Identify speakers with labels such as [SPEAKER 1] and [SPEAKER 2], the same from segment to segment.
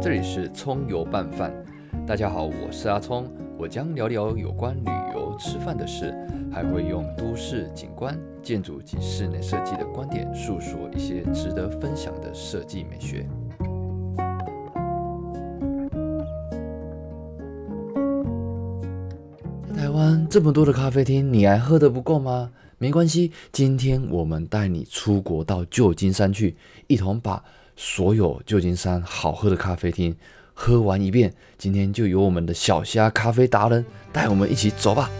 [SPEAKER 1] 这里是葱油拌饭。大家好，我是阿葱，我将聊聊有关旅游、吃饭的事，还会用都市景观、建筑及室内设计的观点，诉说一些值得分享的设计美学。台湾这么多的咖啡厅，你还喝得不够吗？没关系，今天我们带你出国到旧金山去，一同把所有旧金山好喝的咖啡厅喝完一遍。今天就由我们的小虾咖啡达人带我们一起走吧。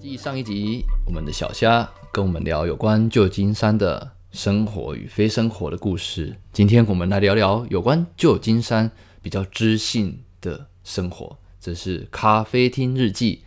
[SPEAKER 1] 继上一集，我们的小虾跟我们聊有关旧金山的生活与非生活的故事。今天我们来聊聊有关旧金山比较知性的生活，这是咖啡厅日记。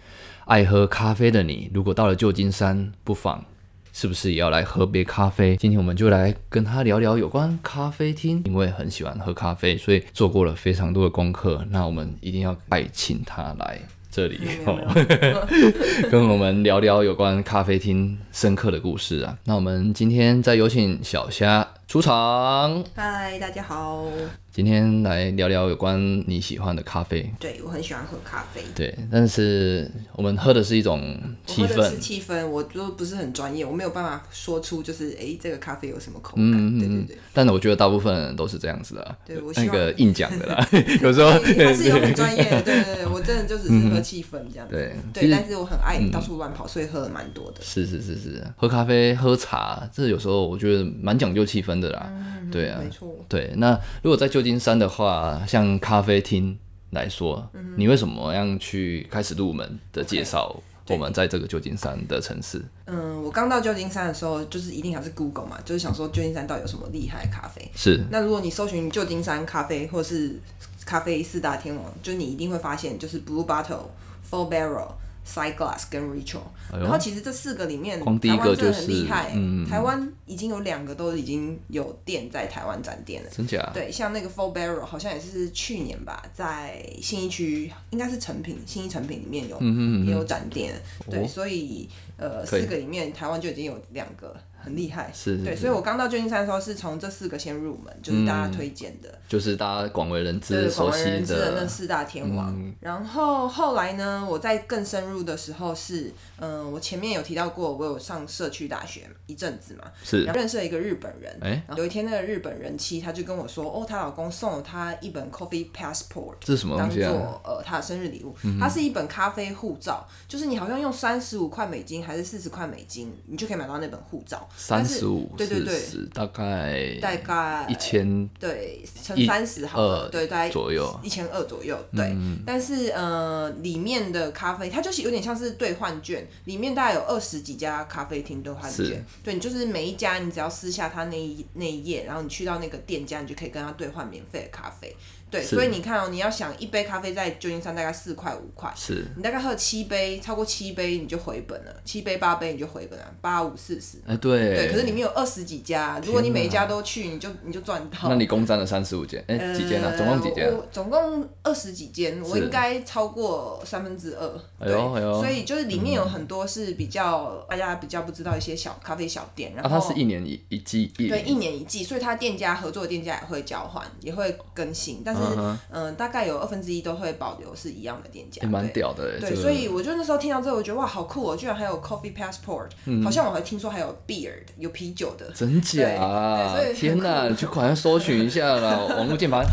[SPEAKER 1] 爱喝咖啡的你，如果到了旧金山，不妨是不是也要来喝杯咖啡？今天我们就来跟他聊聊有关咖啡厅，因为很喜欢喝咖啡，所以做过了非常多的功课。那我们一定要拜请他来这 里哦。跟我们聊聊有关咖啡厅深刻的故事啊。那我们今天再有请小虾出场，
[SPEAKER 2] 嗨，大家好。
[SPEAKER 1] 今天来聊聊有关你喜欢的咖啡。
[SPEAKER 2] 对我很喜欢喝咖啡，
[SPEAKER 1] 对，但是我们喝的是一种气
[SPEAKER 2] 我喝的是
[SPEAKER 1] 氛，
[SPEAKER 2] 气氛，我都不是很专业，我没有办法说出就是哎、诶这个咖啡有什么口感。对对对，
[SPEAKER 1] 嗯但我觉得大部分人都是这样子的啊，
[SPEAKER 2] 对我希
[SPEAKER 1] 那
[SPEAKER 2] 望
[SPEAKER 1] 个硬讲的 啦，有时候
[SPEAKER 2] 因为 它是有很专业的，对对对，我真的就只是喝气氛这样子。
[SPEAKER 1] 对嗯其
[SPEAKER 2] 对，
[SPEAKER 1] 实嗯
[SPEAKER 2] 但是我很爱到处乱跑，所以喝了蛮多的。
[SPEAKER 1] 是是是是，喝咖啡喝茶，这有时候我觉得蛮讲究气氛的啦，对啊
[SPEAKER 2] 没，错，
[SPEAKER 1] 对，那如果在旧金山的话，像咖啡厅来说，你为什么样去开始入门的介绍我
[SPEAKER 2] 对
[SPEAKER 1] 们在这个旧金山的城市？
[SPEAKER 2] 嗯，我刚到旧金山的时候，就是一定还是 Google 嘛，就是想说旧金山到底有什么厉害的咖啡。
[SPEAKER 1] 是
[SPEAKER 2] 那如果你搜寻旧金山咖啡或是咖啡四大天王，就你一定会发现就是 Blue Bottle、Four Barrel、Side Glass 跟 Ritual。
[SPEAKER 1] 哎呦
[SPEAKER 2] 然后其实这四个里面，
[SPEAKER 1] 光第一
[SPEAKER 2] 台
[SPEAKER 1] 个
[SPEAKER 2] 湾真
[SPEAKER 1] 就
[SPEAKER 2] 的
[SPEAKER 1] 是
[SPEAKER 2] 很厉害、欸
[SPEAKER 1] 嗯
[SPEAKER 2] 台湾已经有两个都已经有店在台湾展店了。
[SPEAKER 1] 真假？
[SPEAKER 2] 对，像那个 Four Barrel 好像也是去年吧，在信义区应该是成品，信义成品里面有、
[SPEAKER 1] 嗯嗯
[SPEAKER 2] 也有展店，对，
[SPEAKER 1] 哦
[SPEAKER 2] 所以呃
[SPEAKER 1] 可以
[SPEAKER 2] 四个里面台湾就已经有两个，很厉害。
[SPEAKER 1] 是是
[SPEAKER 2] 对，
[SPEAKER 1] 是
[SPEAKER 2] 所以我刚到旧金山的时候是从这四个先入门，就是大家推荐的，
[SPEAKER 1] 嗯就是大家广为人知、
[SPEAKER 2] 对，广
[SPEAKER 1] 熟
[SPEAKER 2] 为
[SPEAKER 1] 悉嗯
[SPEAKER 2] 人知的那四大天王。然后后来呢，我在更深入的时候是，嗯、我前面有提到过，我有上社区大学一阵子嘛，
[SPEAKER 1] 是
[SPEAKER 2] 然后认识了一个日本人。
[SPEAKER 1] 哎，
[SPEAKER 2] 然后有一天，那个日本人妻她就跟我说，哦，她老公送了她一本 coffee passport，
[SPEAKER 1] 这是什么
[SPEAKER 2] 当
[SPEAKER 1] 东西
[SPEAKER 2] 做
[SPEAKER 1] 啊？嗯
[SPEAKER 2] 呃她的生日礼物。它是一本咖啡护照，就是你好像用三十五块美金还是四十块美金，你就可以买到那本护照。
[SPEAKER 1] 三
[SPEAKER 2] 但是
[SPEAKER 1] 十五、
[SPEAKER 2] 对对
[SPEAKER 1] 四
[SPEAKER 2] 对，
[SPEAKER 1] 十，大概
[SPEAKER 2] 大概
[SPEAKER 1] 一千
[SPEAKER 2] 对乘
[SPEAKER 1] 一
[SPEAKER 2] 三十好了，
[SPEAKER 1] 二
[SPEAKER 2] 对，大概
[SPEAKER 1] 左右。嗯
[SPEAKER 2] 一千二左右，对。但是呃，里面的咖啡它就是有点像是兑换券，里面大概有二十几家咖啡厅兑换
[SPEAKER 1] 是
[SPEAKER 2] 券。对，你就是每一家你只要撕下它那一那一页，然后你去到那个店家，你就可以跟他兑换免费的咖啡。对，
[SPEAKER 1] 是
[SPEAKER 2] 所以你看哦，你要想一杯咖啡在旧金山大概四块五块，
[SPEAKER 1] 是
[SPEAKER 2] 你大概喝了七杯，超过七杯你就回本了，七杯八杯你就回本了，八五四十。
[SPEAKER 1] 哎，对
[SPEAKER 2] 对，可是里面有二十几家，如果你每一家都去，你就你就赚到。
[SPEAKER 1] 那你攻占了三十五间，哎，几间啊？总共几间
[SPEAKER 2] 呃
[SPEAKER 1] 啊？
[SPEAKER 2] 我总共二十几间，我
[SPEAKER 1] 是
[SPEAKER 2] 应该超过三分之二。
[SPEAKER 1] 哎
[SPEAKER 2] 对，
[SPEAKER 1] 呦哎呦
[SPEAKER 2] 所以就是里面有很多是比较、大家比较不知道一些小咖啡小店，然
[SPEAKER 1] 啊，
[SPEAKER 2] 后、
[SPEAKER 1] 它是一年一一季，一
[SPEAKER 2] 哦对，
[SPEAKER 1] 年
[SPEAKER 2] 一年一季，所以它店家合作的店家也会交换，也会更新，但是
[SPEAKER 1] 嗯
[SPEAKER 2] 嗯、
[SPEAKER 1] 哼
[SPEAKER 2] 呃大概有二分之一都会保留是一样的店家，
[SPEAKER 1] 哎蛮
[SPEAKER 2] 对
[SPEAKER 1] 屌的哎。
[SPEAKER 2] 对，
[SPEAKER 1] 这个
[SPEAKER 2] 所以我就那时候听到之后，我觉得哇，好酷哦！居然还有 coffee passport，、好
[SPEAKER 1] 嗯
[SPEAKER 2] 像我还听说还有 beer 的有啤酒的，
[SPEAKER 1] 真假啊
[SPEAKER 2] 对对所以
[SPEAKER 1] 天
[SPEAKER 2] 很
[SPEAKER 1] 哪，你去赶快搜寻一下 啦，网络键盘，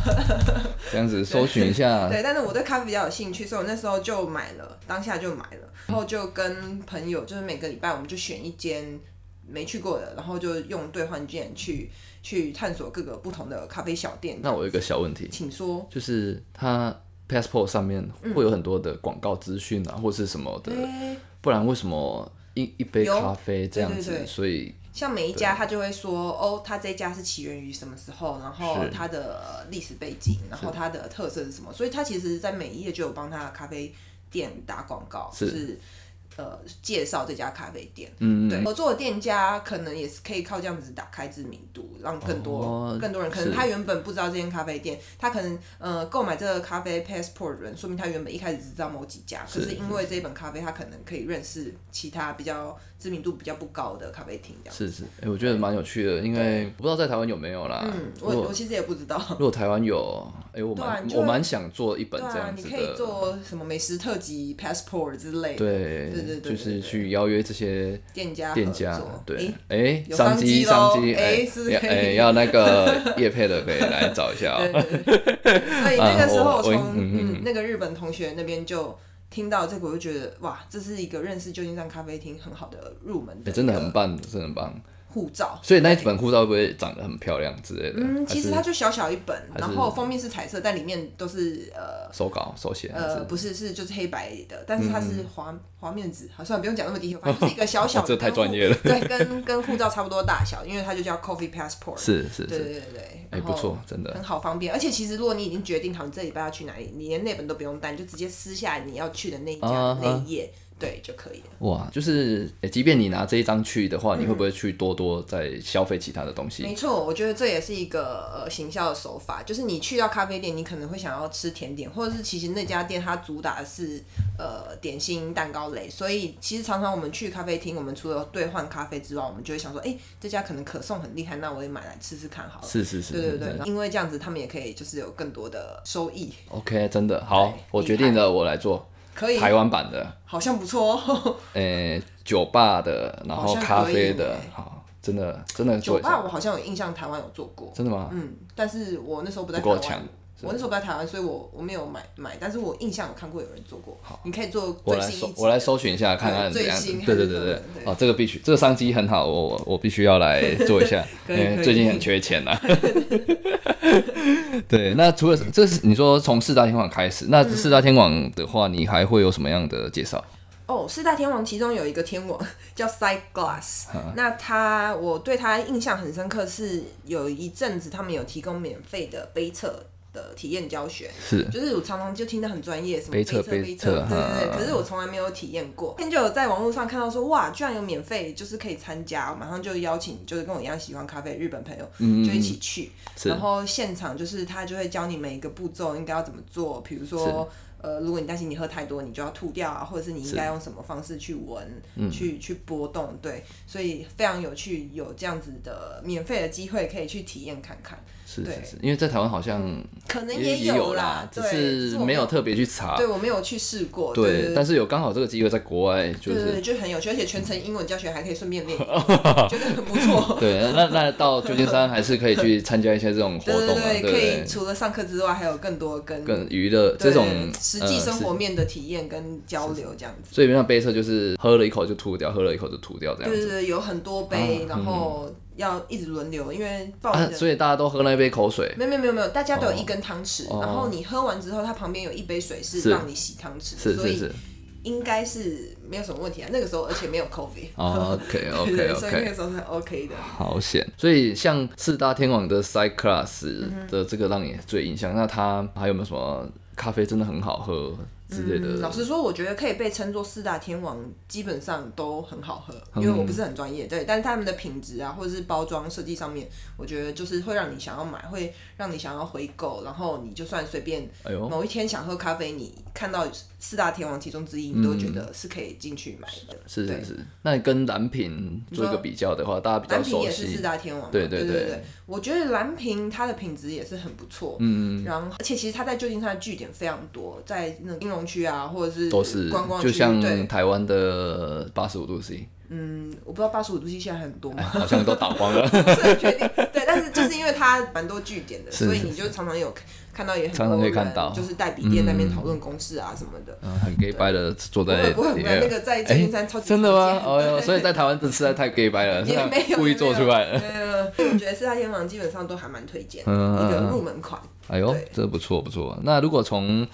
[SPEAKER 1] 这样子搜寻一下。
[SPEAKER 2] 对，但是我对咖啡比较有兴趣，所以我那时候就买了，当下就买了，然后就跟朋友，就是每个礼拜我们就选一间没去过的，然后就用兑换券去去探索各个不同的咖啡小店。
[SPEAKER 1] 那我有一个小问题，
[SPEAKER 2] 请说。
[SPEAKER 1] 就是它 passport 上面会有很多的广告资讯啊，或是什么的，
[SPEAKER 2] 诶
[SPEAKER 1] 不然为什么一一杯
[SPEAKER 2] 有
[SPEAKER 1] 咖啡这样子？
[SPEAKER 2] 对对对
[SPEAKER 1] 所以
[SPEAKER 2] 像每一家，他就会说，哦，他这家是起源于什么时候，然后
[SPEAKER 1] 是
[SPEAKER 2] 它的历史背景，然后它的特色是什么，所以他其实在每一页就有帮他的咖啡店打广告，
[SPEAKER 1] 是
[SPEAKER 2] 就是呃介绍这家咖啡店。
[SPEAKER 1] 嗯
[SPEAKER 2] 对，合作的店家可能也是可以靠这样子打开知名度，让更多、
[SPEAKER 1] 哦
[SPEAKER 2] 更多人，可能
[SPEAKER 1] 是
[SPEAKER 2] 他原本不知道这间咖啡店，他可能呃购买这个咖啡 passport 的人，说明他原本一开始只知道某几家，可
[SPEAKER 1] 是
[SPEAKER 2] 是因为这一本咖啡，他可能可以认识其他比较知名度比较不高的咖啡厅这样。
[SPEAKER 1] 是是，哎、我觉得蛮有趣的，因为我不知道在台湾有没有啦。
[SPEAKER 2] 嗯，
[SPEAKER 1] 如
[SPEAKER 2] 我我
[SPEAKER 1] 果
[SPEAKER 2] 其实也不知道。
[SPEAKER 1] 如果台湾有，哎、我
[SPEAKER 2] 对啊
[SPEAKER 1] 蛮
[SPEAKER 2] 你就
[SPEAKER 1] 我蛮想做一本
[SPEAKER 2] 对
[SPEAKER 1] 这
[SPEAKER 2] 啊，
[SPEAKER 1] 样
[SPEAKER 2] 你
[SPEAKER 1] 子
[SPEAKER 2] 可以
[SPEAKER 1] 的，
[SPEAKER 2] 做什么美食特辑 passport 之类的，
[SPEAKER 1] 对
[SPEAKER 2] 对对对
[SPEAKER 1] 就
[SPEAKER 2] 对
[SPEAKER 1] 是
[SPEAKER 2] 对
[SPEAKER 1] 去邀约这些
[SPEAKER 2] 店家
[SPEAKER 1] 店
[SPEAKER 2] 合
[SPEAKER 1] 家
[SPEAKER 2] 作，
[SPEAKER 1] 对
[SPEAKER 2] 诶，
[SPEAKER 1] 哎、
[SPEAKER 2] 有
[SPEAKER 1] 商
[SPEAKER 2] 商机
[SPEAKER 1] 机商
[SPEAKER 2] 咯
[SPEAKER 1] 机，哎
[SPEAKER 2] 哎是不是
[SPEAKER 1] 要哎要那个 叶配的可以来找一 下哦、
[SPEAKER 2] 所以那个时
[SPEAKER 1] 啊
[SPEAKER 2] 候
[SPEAKER 1] 我
[SPEAKER 2] 我
[SPEAKER 1] 我
[SPEAKER 2] 从
[SPEAKER 1] 嗯
[SPEAKER 2] 嗯那个日本同学那边就听到这个，我就觉得哇，这是一个认识旧金山咖啡厅很好的入门
[SPEAKER 1] 哎
[SPEAKER 2] 的，
[SPEAKER 1] 真的很棒，真的很棒。
[SPEAKER 2] 护照。
[SPEAKER 1] 所以那一本护照会不会长得很漂亮之类的？
[SPEAKER 2] 嗯，其实它
[SPEAKER 1] 还是
[SPEAKER 2] 就小小一本，
[SPEAKER 1] 还是
[SPEAKER 2] 然后封面是彩色，但里面都是呃
[SPEAKER 1] 手稿手写还是，嗯
[SPEAKER 2] 呃不是是就是黑白的，但是它是滑滑面纸，好，算了不用讲那么低调，反正就是一个小小的，
[SPEAKER 1] 哦这太专业了，
[SPEAKER 2] 对，跟跟护照差不多大小，因为它就叫 Coffee Passport，
[SPEAKER 1] 是是
[SPEAKER 2] 对
[SPEAKER 1] 是，
[SPEAKER 2] 对对对，
[SPEAKER 1] 哎、
[SPEAKER 2] 然
[SPEAKER 1] 不
[SPEAKER 2] 后
[SPEAKER 1] 错，真的
[SPEAKER 2] 很好方便，而且其实如果你已经决定好你这礼拜要去哪里，你连那本都不用带，你就直接撕下来你要去的那一家、
[SPEAKER 1] 啊哈
[SPEAKER 2] 那一页，对就可以了。
[SPEAKER 1] 哇，就是、诶即便你拿这一张去的话，你会不会去多多再消费其他的东西？
[SPEAKER 2] 嗯没错，我觉得这也是一个呃行销的手法，就是你去到咖啡店，你可能会想要吃甜点，或者是其实那家店它主打的是呃点心蛋糕类，所以其实常常我们去咖啡厅，我们除了兑换咖啡之外，我们就会想说，哎、这家可能可颂很厉害，那我也买来吃吃看好了。
[SPEAKER 1] 是是是，
[SPEAKER 2] 对对对，因为这样子他们也可以就是有更多的收益，
[SPEAKER 1] ，OK，真的好
[SPEAKER 2] 对，
[SPEAKER 1] 我决定了，我来做
[SPEAKER 2] 可以，
[SPEAKER 1] 台湾版的，
[SPEAKER 2] 好像不错哦。
[SPEAKER 1] 诶、酒吧的，然后
[SPEAKER 2] 好像可以
[SPEAKER 1] 咖啡的
[SPEAKER 2] 耶，
[SPEAKER 1] 好，真的真的做
[SPEAKER 2] 酒
[SPEAKER 1] 一下，
[SPEAKER 2] 啊吧我好像有印象，台湾有做过，
[SPEAKER 1] 真的吗？
[SPEAKER 2] 嗯，但是我那时候不在
[SPEAKER 1] 不
[SPEAKER 2] 台
[SPEAKER 1] 够
[SPEAKER 2] 湾，
[SPEAKER 1] 强，
[SPEAKER 2] 我那时候不在台湾，所以我我没有买买，但是我印象有看过有人做过，你可以做
[SPEAKER 1] 我
[SPEAKER 2] 最
[SPEAKER 1] 来
[SPEAKER 2] 新一
[SPEAKER 1] 搜
[SPEAKER 2] 集，
[SPEAKER 1] 我来搜寻一下，看看
[SPEAKER 2] 对
[SPEAKER 1] 怎样子
[SPEAKER 2] 最。新
[SPEAKER 1] 对对
[SPEAKER 2] 还
[SPEAKER 1] 对
[SPEAKER 2] 是
[SPEAKER 1] 对
[SPEAKER 2] 什么，的
[SPEAKER 1] 哦，这个必须，这个商机很好，我我我必须要来做一下，
[SPEAKER 2] 可
[SPEAKER 1] 因
[SPEAKER 2] 以
[SPEAKER 1] 为
[SPEAKER 2] 可以
[SPEAKER 1] 最近很缺钱啊。 对，那除了这是你说从四大天王开始，那
[SPEAKER 2] 嗯
[SPEAKER 1] 四大天王的话，你还会有什么样的介绍？
[SPEAKER 2] 哦，四大天王其中有一个天王叫 Side Glass，那他我对他印象很深刻，是有一阵子他们有提供免费的杯测。的体验教学
[SPEAKER 1] 是
[SPEAKER 2] 就是我常常就听得很专业，什么
[SPEAKER 1] 杯
[SPEAKER 2] 杯
[SPEAKER 1] 测
[SPEAKER 2] 测
[SPEAKER 1] 杯
[SPEAKER 2] 杯
[SPEAKER 1] 测
[SPEAKER 2] 测，对对
[SPEAKER 1] 哈
[SPEAKER 2] 对，可是我从来没有体验过。今天就有在网络上看到说，哇，居然有免费，就是可以参加，我马上就邀请，就是跟我一样喜欢咖啡的日本朋友，
[SPEAKER 1] 嗯
[SPEAKER 2] 就一起去。
[SPEAKER 1] 是
[SPEAKER 2] 然后现场就是他就会教你每一个步骤应该要怎么做，比如说。呃，如果你担心你喝太多，你就要吐掉啊，或者是你应该用什么方式去闻、
[SPEAKER 1] 嗯
[SPEAKER 2] 去去波动，对，所以非常有趣，有这样子的免费的机会可以去体验看看，
[SPEAKER 1] 是
[SPEAKER 2] 对
[SPEAKER 1] 是是，因为在台湾好像
[SPEAKER 2] 可能
[SPEAKER 1] 也也
[SPEAKER 2] 有
[SPEAKER 1] 啦，只
[SPEAKER 2] 对，
[SPEAKER 1] 是
[SPEAKER 2] 我
[SPEAKER 1] 没有特别去查
[SPEAKER 2] 对。我没有去试过，对
[SPEAKER 1] 啊对，但是有刚好这个机会在国外，就
[SPEAKER 2] 对对
[SPEAKER 1] 是
[SPEAKER 2] 对，就很有趣，而且全程英文教学还可以顺 便练英文，觉得很不错。
[SPEAKER 1] 对，那那到旧金山还是可以去参加一些这种活
[SPEAKER 2] 对
[SPEAKER 1] 动啊， 对
[SPEAKER 2] 对
[SPEAKER 1] 不
[SPEAKER 2] 对，可以
[SPEAKER 1] 对？
[SPEAKER 2] 除了上课之外，还有更多跟
[SPEAKER 1] 跟娱乐
[SPEAKER 2] 对
[SPEAKER 1] 这种
[SPEAKER 2] 实际
[SPEAKER 1] 呃
[SPEAKER 2] 生活面的体验跟交流这样子。
[SPEAKER 1] 所以那杯测就是喝了一口就吐掉，喝了一口就吐掉这样
[SPEAKER 2] 对对
[SPEAKER 1] 子。
[SPEAKER 2] 对，有很多杯，然后要一直轮流，因为抱
[SPEAKER 1] 嗯啊，
[SPEAKER 2] 着。
[SPEAKER 1] 所以大家都喝那一杯口水，
[SPEAKER 2] 没有没有没有没有，大家都有一根汤匙，
[SPEAKER 1] 哦
[SPEAKER 2] 然后你喝完之后，它旁边有一杯水
[SPEAKER 1] 是
[SPEAKER 2] 是让你洗汤匙，
[SPEAKER 1] 是
[SPEAKER 2] 所
[SPEAKER 1] 是
[SPEAKER 2] 以
[SPEAKER 1] 是
[SPEAKER 2] 应该是没有什么问题啊。那个时候而且没有 COVID，
[SPEAKER 1] 哦，OK
[SPEAKER 2] 对
[SPEAKER 1] OK
[SPEAKER 2] 对，所以那
[SPEAKER 1] OK，
[SPEAKER 2] 个时候是 OK 的。
[SPEAKER 1] 好险。所以像四大天王的 Side
[SPEAKER 2] 嗯
[SPEAKER 1] Class 的这个让你最印象，那它还有没有什么咖啡真的很好喝之类
[SPEAKER 2] 嗯，
[SPEAKER 1] 的
[SPEAKER 2] 老？实说，我觉得可以被称作四大天王，基本上都很好喝，因为我不是很专业，对，但是他们的品质啊，或者是包装设计上面，我觉得就是会让你想要买，会让你想要回购，然后你就算随便
[SPEAKER 1] 哎呦，
[SPEAKER 2] 某一天想喝咖啡，你看到四大天王其中之一，你都觉
[SPEAKER 1] 嗯
[SPEAKER 2] 得是可以进去买的。
[SPEAKER 1] 是
[SPEAKER 2] 对
[SPEAKER 1] 是是。那你跟蓝瓶做一个比较的话，大家比较
[SPEAKER 2] 蓝瓶
[SPEAKER 1] 熟
[SPEAKER 2] 也是四
[SPEAKER 1] 悉，
[SPEAKER 2] 大天王嘛，
[SPEAKER 1] 对对
[SPEAKER 2] 对
[SPEAKER 1] 对
[SPEAKER 2] 对，我觉得蓝瓶它的品质也是很不错，嗯嗯，然后而且其实它在旧金山的据点非常多，在那个金融区啊，或者是
[SPEAKER 1] 都是
[SPEAKER 2] 观光区，
[SPEAKER 1] 就像
[SPEAKER 2] 对，
[SPEAKER 1] 台湾的八十五度 C，
[SPEAKER 2] 嗯，我不知道八十五度 C 现在还很多吗？
[SPEAKER 1] 好像都倒光了。
[SPEAKER 2] 不是很确定。对，但是就是因为它蛮多据点的，
[SPEAKER 1] 是
[SPEAKER 2] 所以你就常常有看到也很
[SPEAKER 1] 常常
[SPEAKER 2] 多
[SPEAKER 1] 可以
[SPEAKER 2] 人
[SPEAKER 1] 看到
[SPEAKER 2] 就是带笔电那边讨论公式啊什么的。
[SPEAKER 1] 嗯，很 gay 掰的坐
[SPEAKER 2] 不会
[SPEAKER 1] 在
[SPEAKER 2] 不会不
[SPEAKER 1] 底
[SPEAKER 2] 会，
[SPEAKER 1] 下
[SPEAKER 2] 那个在旧金山超级
[SPEAKER 1] 哎真的吗？
[SPEAKER 2] 常见
[SPEAKER 1] 哦哟，所以在台湾这实在太 gay 掰了，
[SPEAKER 2] 也
[SPEAKER 1] 是
[SPEAKER 2] 没有
[SPEAKER 1] 故意做出来的。
[SPEAKER 2] 对对对，我觉得四大天王基本上都还蛮推荐
[SPEAKER 1] 嗯嗯嗯
[SPEAKER 2] 一个入门款。
[SPEAKER 1] 哎呦
[SPEAKER 2] 对，
[SPEAKER 1] 这不错不错。那如果从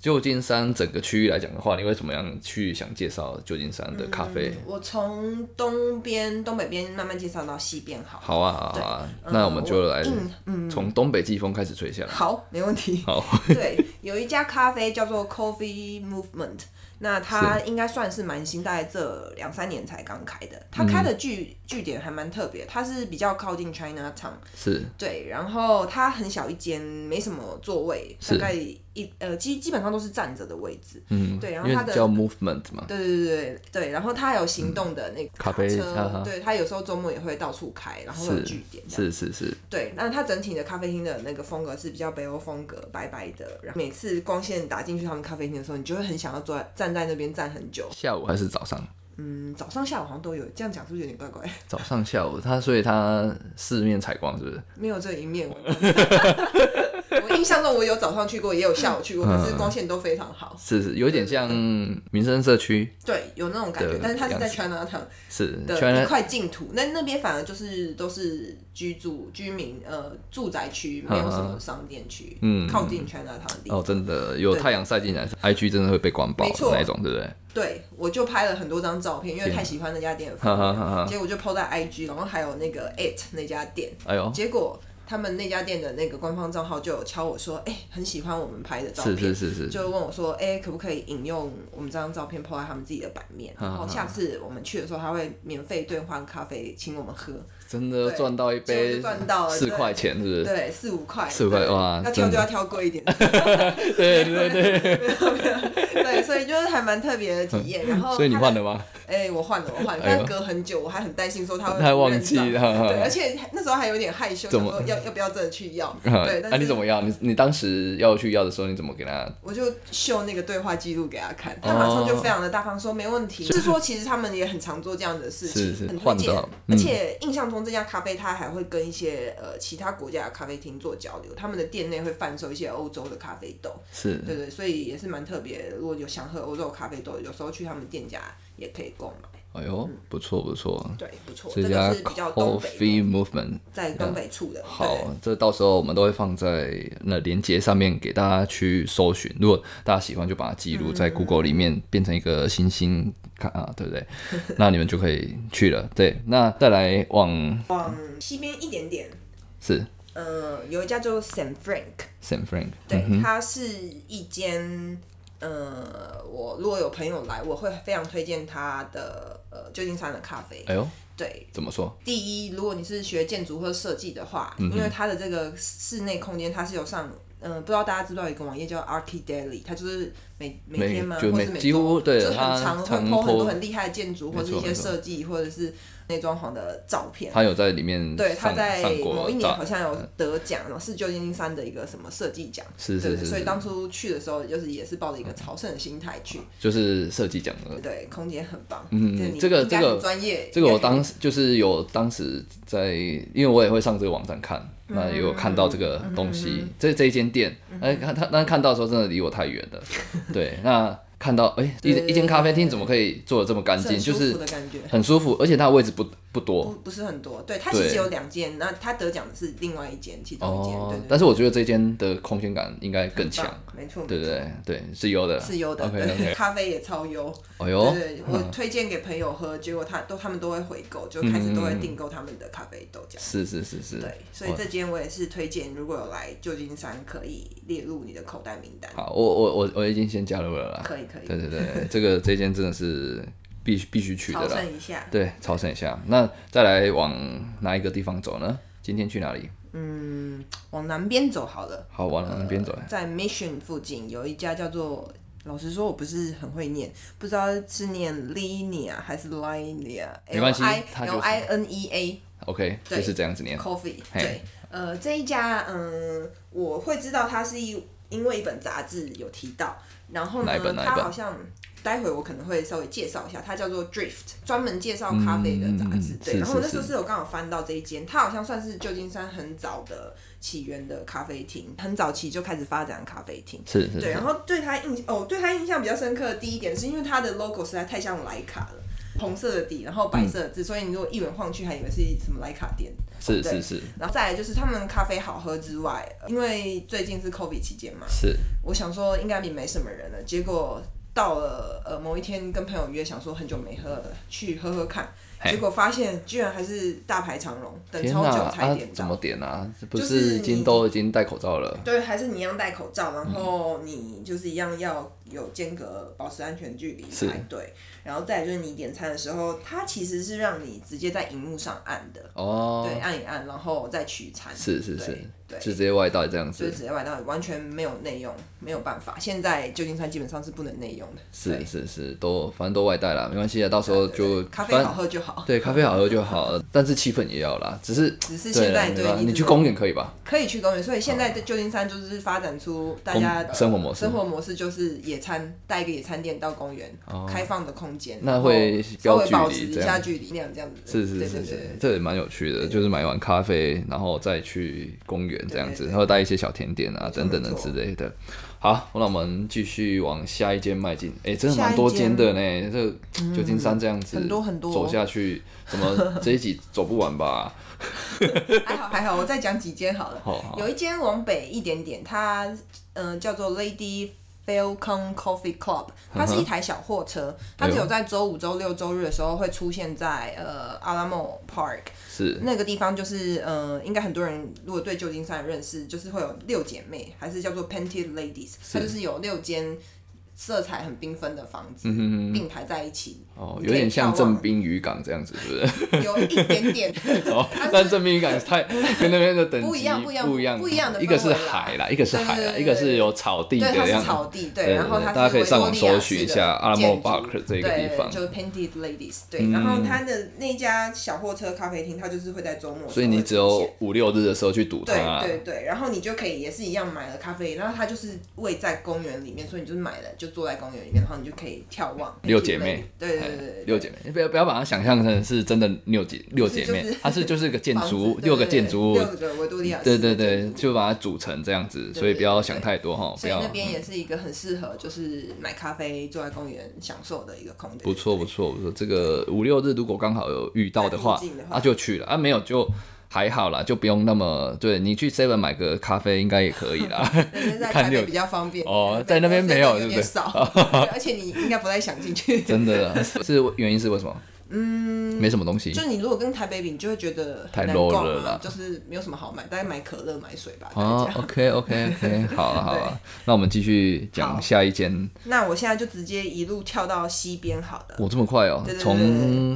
[SPEAKER 1] 旧金山整个区域来讲的话，你会怎么样去想介绍旧金山的咖啡？
[SPEAKER 2] 我从东边、东北边慢慢介绍到西边好了。
[SPEAKER 1] 好啊，好啊，
[SPEAKER 2] 嗯
[SPEAKER 1] 那我们就来
[SPEAKER 2] 硬嗯
[SPEAKER 1] 从东北季风开始吹下来。
[SPEAKER 2] 好，没问题。
[SPEAKER 1] 好，
[SPEAKER 2] 对，有一家咖啡叫做 Coffee Movement，那它应该算是蛮新，大概这两三年才刚开的。它开的据据点还蛮特别，它是比较靠近 China Town，
[SPEAKER 1] 是
[SPEAKER 2] 对，然后它很小一间，没什么座位，大
[SPEAKER 1] 是
[SPEAKER 2] 概一呃基基本上都是站着的位置。
[SPEAKER 1] 嗯，
[SPEAKER 2] 对然后
[SPEAKER 1] 因
[SPEAKER 2] 它
[SPEAKER 1] 为
[SPEAKER 2] 的
[SPEAKER 1] 叫 movement 嘛，
[SPEAKER 2] 对对对对对，然后它还有行动的那个
[SPEAKER 1] 咖
[SPEAKER 2] 卡
[SPEAKER 1] 啡
[SPEAKER 2] 车，
[SPEAKER 1] 啊哈
[SPEAKER 2] 对，它有时候周末也会到处开，然后会有
[SPEAKER 1] 是
[SPEAKER 2] 据点这样。
[SPEAKER 1] 是是是，
[SPEAKER 2] 对，那它整体的咖啡厅的那个风格是比较北欧风格，白白的。然后每次光线打进去他们咖啡厅的时候，你就会很想要坐在站在那边站很久。
[SPEAKER 1] 下午还是早上？
[SPEAKER 2] 嗯，早上、下午好像都有，这样讲是不是有点怪 怪？
[SPEAKER 1] 早上下午，它所以它四面采光是不是？
[SPEAKER 2] 没有这一面我。 我印象中我有早上去过，也有下午去过，
[SPEAKER 1] 嗯
[SPEAKER 2] 可是光线都非常好。
[SPEAKER 1] 是是，有点像民生社区，
[SPEAKER 2] 对，有那种感觉
[SPEAKER 1] 的，
[SPEAKER 2] 但是它是
[SPEAKER 1] 样
[SPEAKER 2] 在
[SPEAKER 1] 子
[SPEAKER 2] China Town
[SPEAKER 1] 是
[SPEAKER 2] 的一
[SPEAKER 1] China
[SPEAKER 2] 块净土，那那边反而就是都是居住居民呃住宅区，没有什么商店区，
[SPEAKER 1] 嗯
[SPEAKER 2] 靠近 China Town 的地方。
[SPEAKER 1] 哦，真的有
[SPEAKER 2] 对
[SPEAKER 1] 太阳晒进来，IG 真的会被关爆
[SPEAKER 2] 没
[SPEAKER 1] 的
[SPEAKER 2] 错
[SPEAKER 1] 那一种，对不对？
[SPEAKER 2] 对，我就拍了很多张照片，因为太喜欢那家店了，
[SPEAKER 1] 哈哈哈哈！
[SPEAKER 2] 结果就 PO 在 IG，然后还有那个 at 那家店，
[SPEAKER 1] 哎呦，
[SPEAKER 2] 结果他们那家店的那个官方账号就有敲我说，哎、很喜欢我们拍的照
[SPEAKER 1] 是
[SPEAKER 2] 片，
[SPEAKER 1] 是是是，
[SPEAKER 2] 就问我说，哎、可不可以引用我们这张照片 PO 在他们自己的版面，
[SPEAKER 1] 嗯
[SPEAKER 2] 然后下次我们去的时候，他会免费兑换咖啡请我们喝，
[SPEAKER 1] 真的
[SPEAKER 2] 对
[SPEAKER 1] 赚到一
[SPEAKER 2] 结果
[SPEAKER 1] 杯
[SPEAKER 2] 就赚到了
[SPEAKER 1] 四
[SPEAKER 2] 对
[SPEAKER 1] 块钱，是不是？
[SPEAKER 2] 对，四五块，
[SPEAKER 1] 四五块
[SPEAKER 2] 对
[SPEAKER 1] 哇
[SPEAKER 2] 要挑
[SPEAKER 1] 真的
[SPEAKER 2] 就要挑贵一点，
[SPEAKER 1] 对对对，
[SPEAKER 2] 对，所以就是还蛮特别的体 验。然后，
[SPEAKER 1] 嗯所以你换了？ 吗？
[SPEAKER 2] 哎、我换 了，我换了，
[SPEAKER 1] 哎呦
[SPEAKER 2] 但隔很久，我还很担心说他 会
[SPEAKER 1] 他
[SPEAKER 2] 不
[SPEAKER 1] 忘
[SPEAKER 2] 认
[SPEAKER 1] 记
[SPEAKER 2] 账
[SPEAKER 1] 了，哈哈
[SPEAKER 2] 对， 而且那时候还有点害羞，
[SPEAKER 1] 怎
[SPEAKER 2] 想
[SPEAKER 1] 么
[SPEAKER 2] 说要要不要真的 去要？对，
[SPEAKER 1] 嗯
[SPEAKER 2] 但
[SPEAKER 1] 啊，
[SPEAKER 2] 是
[SPEAKER 1] 你怎么要？你你当时要去要的时候，你怎么给他？
[SPEAKER 2] 我就秀那个对话记录给他看，他马上就非常的大方说没问题。是说其实他们也很常做这样的事情，
[SPEAKER 1] 哦是是
[SPEAKER 2] 很推
[SPEAKER 1] 换
[SPEAKER 2] 荐
[SPEAKER 1] 到。嗯
[SPEAKER 2] 而且印象中这家咖啡它还会跟一些呃其他国家的咖啡厅做交流，他们的店内会贩售一些欧洲的咖啡豆，
[SPEAKER 1] 是
[SPEAKER 2] 对对，所以也是蛮特别的。如果有想喝欧洲咖啡豆，有时候去他们店家也可以购买，
[SPEAKER 1] 哎呦，不错不错，
[SPEAKER 2] 对，不错，
[SPEAKER 1] 这
[SPEAKER 2] 这
[SPEAKER 1] 家
[SPEAKER 2] 个是比较东北
[SPEAKER 1] Coffee Movement
[SPEAKER 2] 在东北处的，对。
[SPEAKER 1] 嗯好，这到时候我们都会放在那连接上面给大家去搜寻。如果大家喜欢，就把它记录
[SPEAKER 2] 嗯
[SPEAKER 1] 在 Google 里面，变成一个星星看啊，对不 对？那你们就可以去了。对，那再来往
[SPEAKER 2] 往西边一点点，
[SPEAKER 1] 是
[SPEAKER 2] 呃，有一家叫做 San Frank，
[SPEAKER 1] San Frank，嗯
[SPEAKER 2] 对，它是一间，呃，我如果有朋友来，我会非常推荐它的呃旧金山的咖啡。
[SPEAKER 1] 哎呦，
[SPEAKER 2] 对，
[SPEAKER 1] 怎么说？
[SPEAKER 2] 第一，如果你是学建筑或设计的话，
[SPEAKER 1] 嗯
[SPEAKER 2] 因为它的这个室内空间它是有上。嗯，不知道大家知不知道有一个网页叫 Archi Daily，它就是每每
[SPEAKER 1] 每
[SPEAKER 2] 天吗？
[SPEAKER 1] 就
[SPEAKER 2] 或
[SPEAKER 1] 每
[SPEAKER 2] 是每
[SPEAKER 1] 几乎
[SPEAKER 2] 周
[SPEAKER 1] 对
[SPEAKER 2] 就是
[SPEAKER 1] 它
[SPEAKER 2] 很常会
[SPEAKER 1] 常
[SPEAKER 2] po 很
[SPEAKER 1] po
[SPEAKER 2] 多很厉害的建筑或
[SPEAKER 1] 没
[SPEAKER 2] 是
[SPEAKER 1] 错
[SPEAKER 2] 一些
[SPEAKER 1] 没错
[SPEAKER 2] 设计或者是内装潢的照片。
[SPEAKER 1] 他有在里面
[SPEAKER 2] 对，他
[SPEAKER 1] 上
[SPEAKER 2] 在
[SPEAKER 1] 上
[SPEAKER 2] 某
[SPEAKER 1] 过
[SPEAKER 2] 一年
[SPEAKER 1] 照
[SPEAKER 2] 好，像有得奖，然后是旧金山的一个什么设计奖，
[SPEAKER 1] 嗯是
[SPEAKER 2] 对
[SPEAKER 1] 是
[SPEAKER 2] 对
[SPEAKER 1] 是嗯
[SPEAKER 2] 所以
[SPEAKER 1] 是，
[SPEAKER 2] 当初去的时候，就是也是抱着一个朝圣的心态去，
[SPEAKER 1] 就是设计奖的
[SPEAKER 2] 对。对，空间很棒，
[SPEAKER 1] 嗯
[SPEAKER 2] 就是你
[SPEAKER 1] 这个
[SPEAKER 2] 应该
[SPEAKER 1] 这
[SPEAKER 2] 很
[SPEAKER 1] 个
[SPEAKER 2] 专业，
[SPEAKER 1] 这个我
[SPEAKER 2] 应该
[SPEAKER 1] 当时就是有当时在，因为我也会上这个网站看，那也有看到这
[SPEAKER 2] 嗯
[SPEAKER 1] 个东西，这这一间店，哎，看他，但看到的时候真的离我太远 了，对，那看到哎、一
[SPEAKER 2] 对
[SPEAKER 1] 一间咖啡厅怎么可以做的这么干
[SPEAKER 2] 是
[SPEAKER 1] 净，
[SPEAKER 2] 很
[SPEAKER 1] 就
[SPEAKER 2] 舒
[SPEAKER 1] 是
[SPEAKER 2] 服的感觉。
[SPEAKER 1] 很舒服，而且它的位置不不
[SPEAKER 2] 不
[SPEAKER 1] 多
[SPEAKER 2] 不是很多，对，它其
[SPEAKER 1] 对
[SPEAKER 2] 实有两间，那它得奖的是另外一间，其中一间，
[SPEAKER 1] 哦
[SPEAKER 2] 对，对
[SPEAKER 1] 但是我觉得这间的空间感应该更
[SPEAKER 2] 对，
[SPEAKER 1] 强，
[SPEAKER 2] 棒没错，
[SPEAKER 1] 对
[SPEAKER 2] 没
[SPEAKER 1] 不
[SPEAKER 2] 错
[SPEAKER 1] 对？对，是有的，
[SPEAKER 2] 是优的
[SPEAKER 1] OK
[SPEAKER 2] 对
[SPEAKER 1] OK，
[SPEAKER 2] 咖啡也超优，
[SPEAKER 1] 哎
[SPEAKER 2] 对
[SPEAKER 1] 呦，
[SPEAKER 2] 对，我推荐给朋友喝，结果他都他们都会回购，
[SPEAKER 1] 嗯
[SPEAKER 2] 就开始都会订购他们的咖啡豆这 样。
[SPEAKER 1] 是是是是，
[SPEAKER 2] 对，所以这间我也是推荐，如果有来旧金山，可以列入你的口袋名单。
[SPEAKER 1] 好，我我我我已经先加入了啦，
[SPEAKER 2] 可以可以，
[SPEAKER 1] 哦对对对， 这个这间真的是必须必须去的
[SPEAKER 2] 朝
[SPEAKER 1] 啦。
[SPEAKER 2] 圣一下。
[SPEAKER 1] 对，朝圣一下。那再来往哪一个地方走呢？今天去哪里？
[SPEAKER 2] 嗯，往南边走好了，呃
[SPEAKER 1] 好，往哪边走？
[SPEAKER 2] 在 Mission 附近有一家叫做，老实说我不是很会念，不知道是念 Linea 还是 Linea，
[SPEAKER 1] 没关系
[SPEAKER 2] L I
[SPEAKER 1] 它就是
[SPEAKER 2] L I N E A。
[SPEAKER 1] OK，
[SPEAKER 2] 对
[SPEAKER 1] 就是这样子念。
[SPEAKER 2] Coffee，
[SPEAKER 1] 嘿
[SPEAKER 2] 对，呃，这一家，嗯，我会知道它是一，因为一本杂志有提到，然后
[SPEAKER 1] 哪一本哪
[SPEAKER 2] 呢，
[SPEAKER 1] 一
[SPEAKER 2] 它
[SPEAKER 1] 本
[SPEAKER 2] 好像待会我可能会稍微介绍一下，它叫做 Drift，专门介绍咖啡的杂志，
[SPEAKER 1] 嗯是
[SPEAKER 2] 对，然后
[SPEAKER 1] 是
[SPEAKER 2] 我那时候
[SPEAKER 1] 是
[SPEAKER 2] 是有刚好翻到这一间，它好像算是旧金山很早的起源的咖啡厅，很早期就开始发展咖啡厅。
[SPEAKER 1] 是是
[SPEAKER 2] 对，
[SPEAKER 1] 是
[SPEAKER 2] 然后对他印哦，对他印象比较深刻的第一点，是因为他的 logo 实在太像莱卡了，红色的底，然后白色的字，所以你如果一眼晃去，还以为是什么莱卡店。
[SPEAKER 1] 是
[SPEAKER 2] 对
[SPEAKER 1] 是是
[SPEAKER 2] 然后再来就是他们咖啡好喝之外，因为最近是 COVID 期间嘛，
[SPEAKER 1] 是，
[SPEAKER 2] 我想说应该也没什么人了，结果到了呃某一天跟朋友约，想说很久没喝了，去喝喝看，
[SPEAKER 1] 嘿
[SPEAKER 2] 结果发现居然还是大排长龙，等
[SPEAKER 1] 天
[SPEAKER 2] 超
[SPEAKER 1] 哪
[SPEAKER 2] 久才
[SPEAKER 1] 啊
[SPEAKER 2] 点，
[SPEAKER 1] 怎
[SPEAKER 2] 到。
[SPEAKER 1] 么点啊？这不
[SPEAKER 2] 就是
[SPEAKER 1] 是已经
[SPEAKER 2] 你
[SPEAKER 1] 都已经戴口罩了？
[SPEAKER 2] 对，还是你一样戴口罩，
[SPEAKER 1] 嗯
[SPEAKER 2] 然后你就是一样要有间隔，保持安全距离
[SPEAKER 1] 是
[SPEAKER 2] 排队。然后再来就是你点餐的时候，它其实是让你直接在荧幕上按的，
[SPEAKER 1] 哦，
[SPEAKER 2] 对，啊按一按，然后再取餐。
[SPEAKER 1] 是是
[SPEAKER 2] 对
[SPEAKER 1] 是，
[SPEAKER 2] 对
[SPEAKER 1] 就直接外带这样
[SPEAKER 2] 就是
[SPEAKER 1] 子，
[SPEAKER 2] 直接外带，完全没有内用，没有办法。现在旧金山基本上是不能内用的。
[SPEAKER 1] 是
[SPEAKER 2] 对
[SPEAKER 1] 是是，都反正都外带啦，没关系啊，到时候
[SPEAKER 2] 对
[SPEAKER 1] 就
[SPEAKER 2] 对咖啡
[SPEAKER 1] 反
[SPEAKER 2] 好喝就好，
[SPEAKER 1] 对，咖啡好喝就好，但是气氛也要啦。只是
[SPEAKER 2] 只是
[SPEAKER 1] 对
[SPEAKER 2] 现
[SPEAKER 1] 啦
[SPEAKER 2] 在
[SPEAKER 1] 没
[SPEAKER 2] 对
[SPEAKER 1] 办法
[SPEAKER 2] 你
[SPEAKER 1] 你
[SPEAKER 2] 只
[SPEAKER 1] 去
[SPEAKER 2] 能
[SPEAKER 1] 公园可以吧？
[SPEAKER 2] 可以去公园，所以现在在旧金山就是发展出大
[SPEAKER 1] 公
[SPEAKER 2] 家的
[SPEAKER 1] 生活模式
[SPEAKER 2] 生活模式就是野餐，带一个野餐垫到公园，开放的空间，
[SPEAKER 1] 哦那
[SPEAKER 2] 然后
[SPEAKER 1] 会
[SPEAKER 2] 稍
[SPEAKER 1] 标
[SPEAKER 2] 微
[SPEAKER 1] 距
[SPEAKER 2] 保
[SPEAKER 1] 离
[SPEAKER 2] 持一
[SPEAKER 1] 这
[SPEAKER 2] 下
[SPEAKER 1] 样
[SPEAKER 2] 距离，那样这样子，
[SPEAKER 1] 是是
[SPEAKER 2] 对对
[SPEAKER 1] 是
[SPEAKER 2] 对
[SPEAKER 1] 是
[SPEAKER 2] 对，
[SPEAKER 1] 这也蛮有趣的，就是买完咖啡，然后再去公园这样子，
[SPEAKER 2] 对对对
[SPEAKER 1] 然后带一些小甜点啊
[SPEAKER 2] 错
[SPEAKER 1] 等等的
[SPEAKER 2] 没
[SPEAKER 1] 之
[SPEAKER 2] 错
[SPEAKER 1] 类的。好，那我们继续往下一间迈进。哎，真的
[SPEAKER 2] 下
[SPEAKER 1] 蛮
[SPEAKER 2] 一
[SPEAKER 1] 多间
[SPEAKER 2] 间嗯
[SPEAKER 1] 的呢，这旧金山这样子，
[SPEAKER 2] 很多很多
[SPEAKER 1] 走下去，怎 么这一集走不完吧？
[SPEAKER 2] 还好还好，我再讲几间好了。
[SPEAKER 1] 好好
[SPEAKER 2] 有一间往北一点点，它嗯、呃叫做 Lady Falcon Coffee Club，它是一台小货车，它只有在周五、周六、周日的时候会出现在呃 Alamo Park
[SPEAKER 1] 是
[SPEAKER 2] 那个地方，就是呃应该很多人如果对旧金山有认识，就是会有六姐妹，还是叫做 Painted Ladies，它就是有六间色彩很缤纷的房子、并排在一起，
[SPEAKER 1] 嗯哦，
[SPEAKER 2] 你
[SPEAKER 1] 有
[SPEAKER 2] 可以啊
[SPEAKER 1] 点像
[SPEAKER 2] 眺望
[SPEAKER 1] 正滨渔港这样子，是不 是？
[SPEAKER 2] 有一点点。
[SPEAKER 1] 哦，但正滨渔港 太跟那边的等级
[SPEAKER 2] 不一样不一样
[SPEAKER 1] 不一样，
[SPEAKER 2] 不一样的
[SPEAKER 1] 一个
[SPEAKER 2] 氛
[SPEAKER 1] 是
[SPEAKER 2] 围啦
[SPEAKER 1] 海啦，一个是海啦，
[SPEAKER 2] 对对对
[SPEAKER 1] 一个是有草地的
[SPEAKER 2] 对，它
[SPEAKER 1] 样子。
[SPEAKER 2] 是草地，
[SPEAKER 1] 对
[SPEAKER 2] 对，然后
[SPEAKER 1] 对
[SPEAKER 2] 它是
[SPEAKER 1] 大家可以上网
[SPEAKER 2] 维多利亚
[SPEAKER 1] 搜寻
[SPEAKER 2] 式
[SPEAKER 1] 一
[SPEAKER 2] 的
[SPEAKER 1] 下阿拉莫
[SPEAKER 2] 建筑
[SPEAKER 1] Bark 这个地方嗯
[SPEAKER 2] 对，就是 Painted Ladies，对，然后它的那家小货车咖啡厅，它就是会在周末的时候会出
[SPEAKER 1] 所
[SPEAKER 2] 现，
[SPEAKER 1] 以你只有五六日的时候去堵它、
[SPEAKER 2] 对对对，然后你就可以也是一样买了咖啡，然后它就是位在公园里面，所以你就是买了就坐在公园里面，然后你就可以眺望
[SPEAKER 1] 六
[SPEAKER 2] Painted
[SPEAKER 1] 姐妹
[SPEAKER 2] Lady，
[SPEAKER 1] 哎
[SPEAKER 2] 对对对对，
[SPEAKER 1] 六姐妹，你不要不要把它想象成是真的六姐六姐妹，
[SPEAKER 2] 就是
[SPEAKER 1] 它是就是个建
[SPEAKER 2] 房子
[SPEAKER 1] 筑物
[SPEAKER 2] 对
[SPEAKER 1] 六个
[SPEAKER 2] 对对
[SPEAKER 1] 建筑物
[SPEAKER 2] 六，个维多利亚式
[SPEAKER 1] 对
[SPEAKER 2] 的
[SPEAKER 1] 对
[SPEAKER 2] 建
[SPEAKER 1] 对，
[SPEAKER 2] 筑物
[SPEAKER 1] 就把它组成这样子，
[SPEAKER 2] 对
[SPEAKER 1] 所以
[SPEAKER 2] 对
[SPEAKER 1] 不要
[SPEAKER 2] 对
[SPEAKER 1] 想
[SPEAKER 2] 对
[SPEAKER 1] 太多哈，不
[SPEAKER 2] 所以
[SPEAKER 1] 要。
[SPEAKER 2] 那边也是一个很适合就是买咖啡坐在公园享受的一个空间，
[SPEAKER 1] 不错不错不错，这个五六日如果刚好有遇到的话
[SPEAKER 2] 在附近的，话
[SPEAKER 1] 啊就去了啊，没有就还好啦，就不用那么对你去 Seven 买个咖啡应该也可 以啦。
[SPEAKER 2] 人家在
[SPEAKER 1] 看
[SPEAKER 2] 台
[SPEAKER 1] 六
[SPEAKER 2] 北比较方便
[SPEAKER 1] 哦在
[SPEAKER 2] 对
[SPEAKER 1] 那边没有
[SPEAKER 2] 所以
[SPEAKER 1] 对不对
[SPEAKER 2] 有点 少，对而且你应该不太想进去。
[SPEAKER 1] 真的啊是原因是为什么？嗯，没什么东西
[SPEAKER 2] 就你如果跟台北比，你就会觉得
[SPEAKER 1] 太
[SPEAKER 2] 很难
[SPEAKER 1] low
[SPEAKER 2] 逛
[SPEAKER 1] 了
[SPEAKER 2] 啊
[SPEAKER 1] 啦
[SPEAKER 2] 就是没有什么好买，大概买可乐、买水吧。
[SPEAKER 1] 哦
[SPEAKER 2] 大家
[SPEAKER 1] OK OK OK，好啊好啊，那我们继续讲下一间。
[SPEAKER 2] 那我现在就直接一路跳到西边好了。
[SPEAKER 1] 我这么快哦
[SPEAKER 2] 对对，对
[SPEAKER 1] 从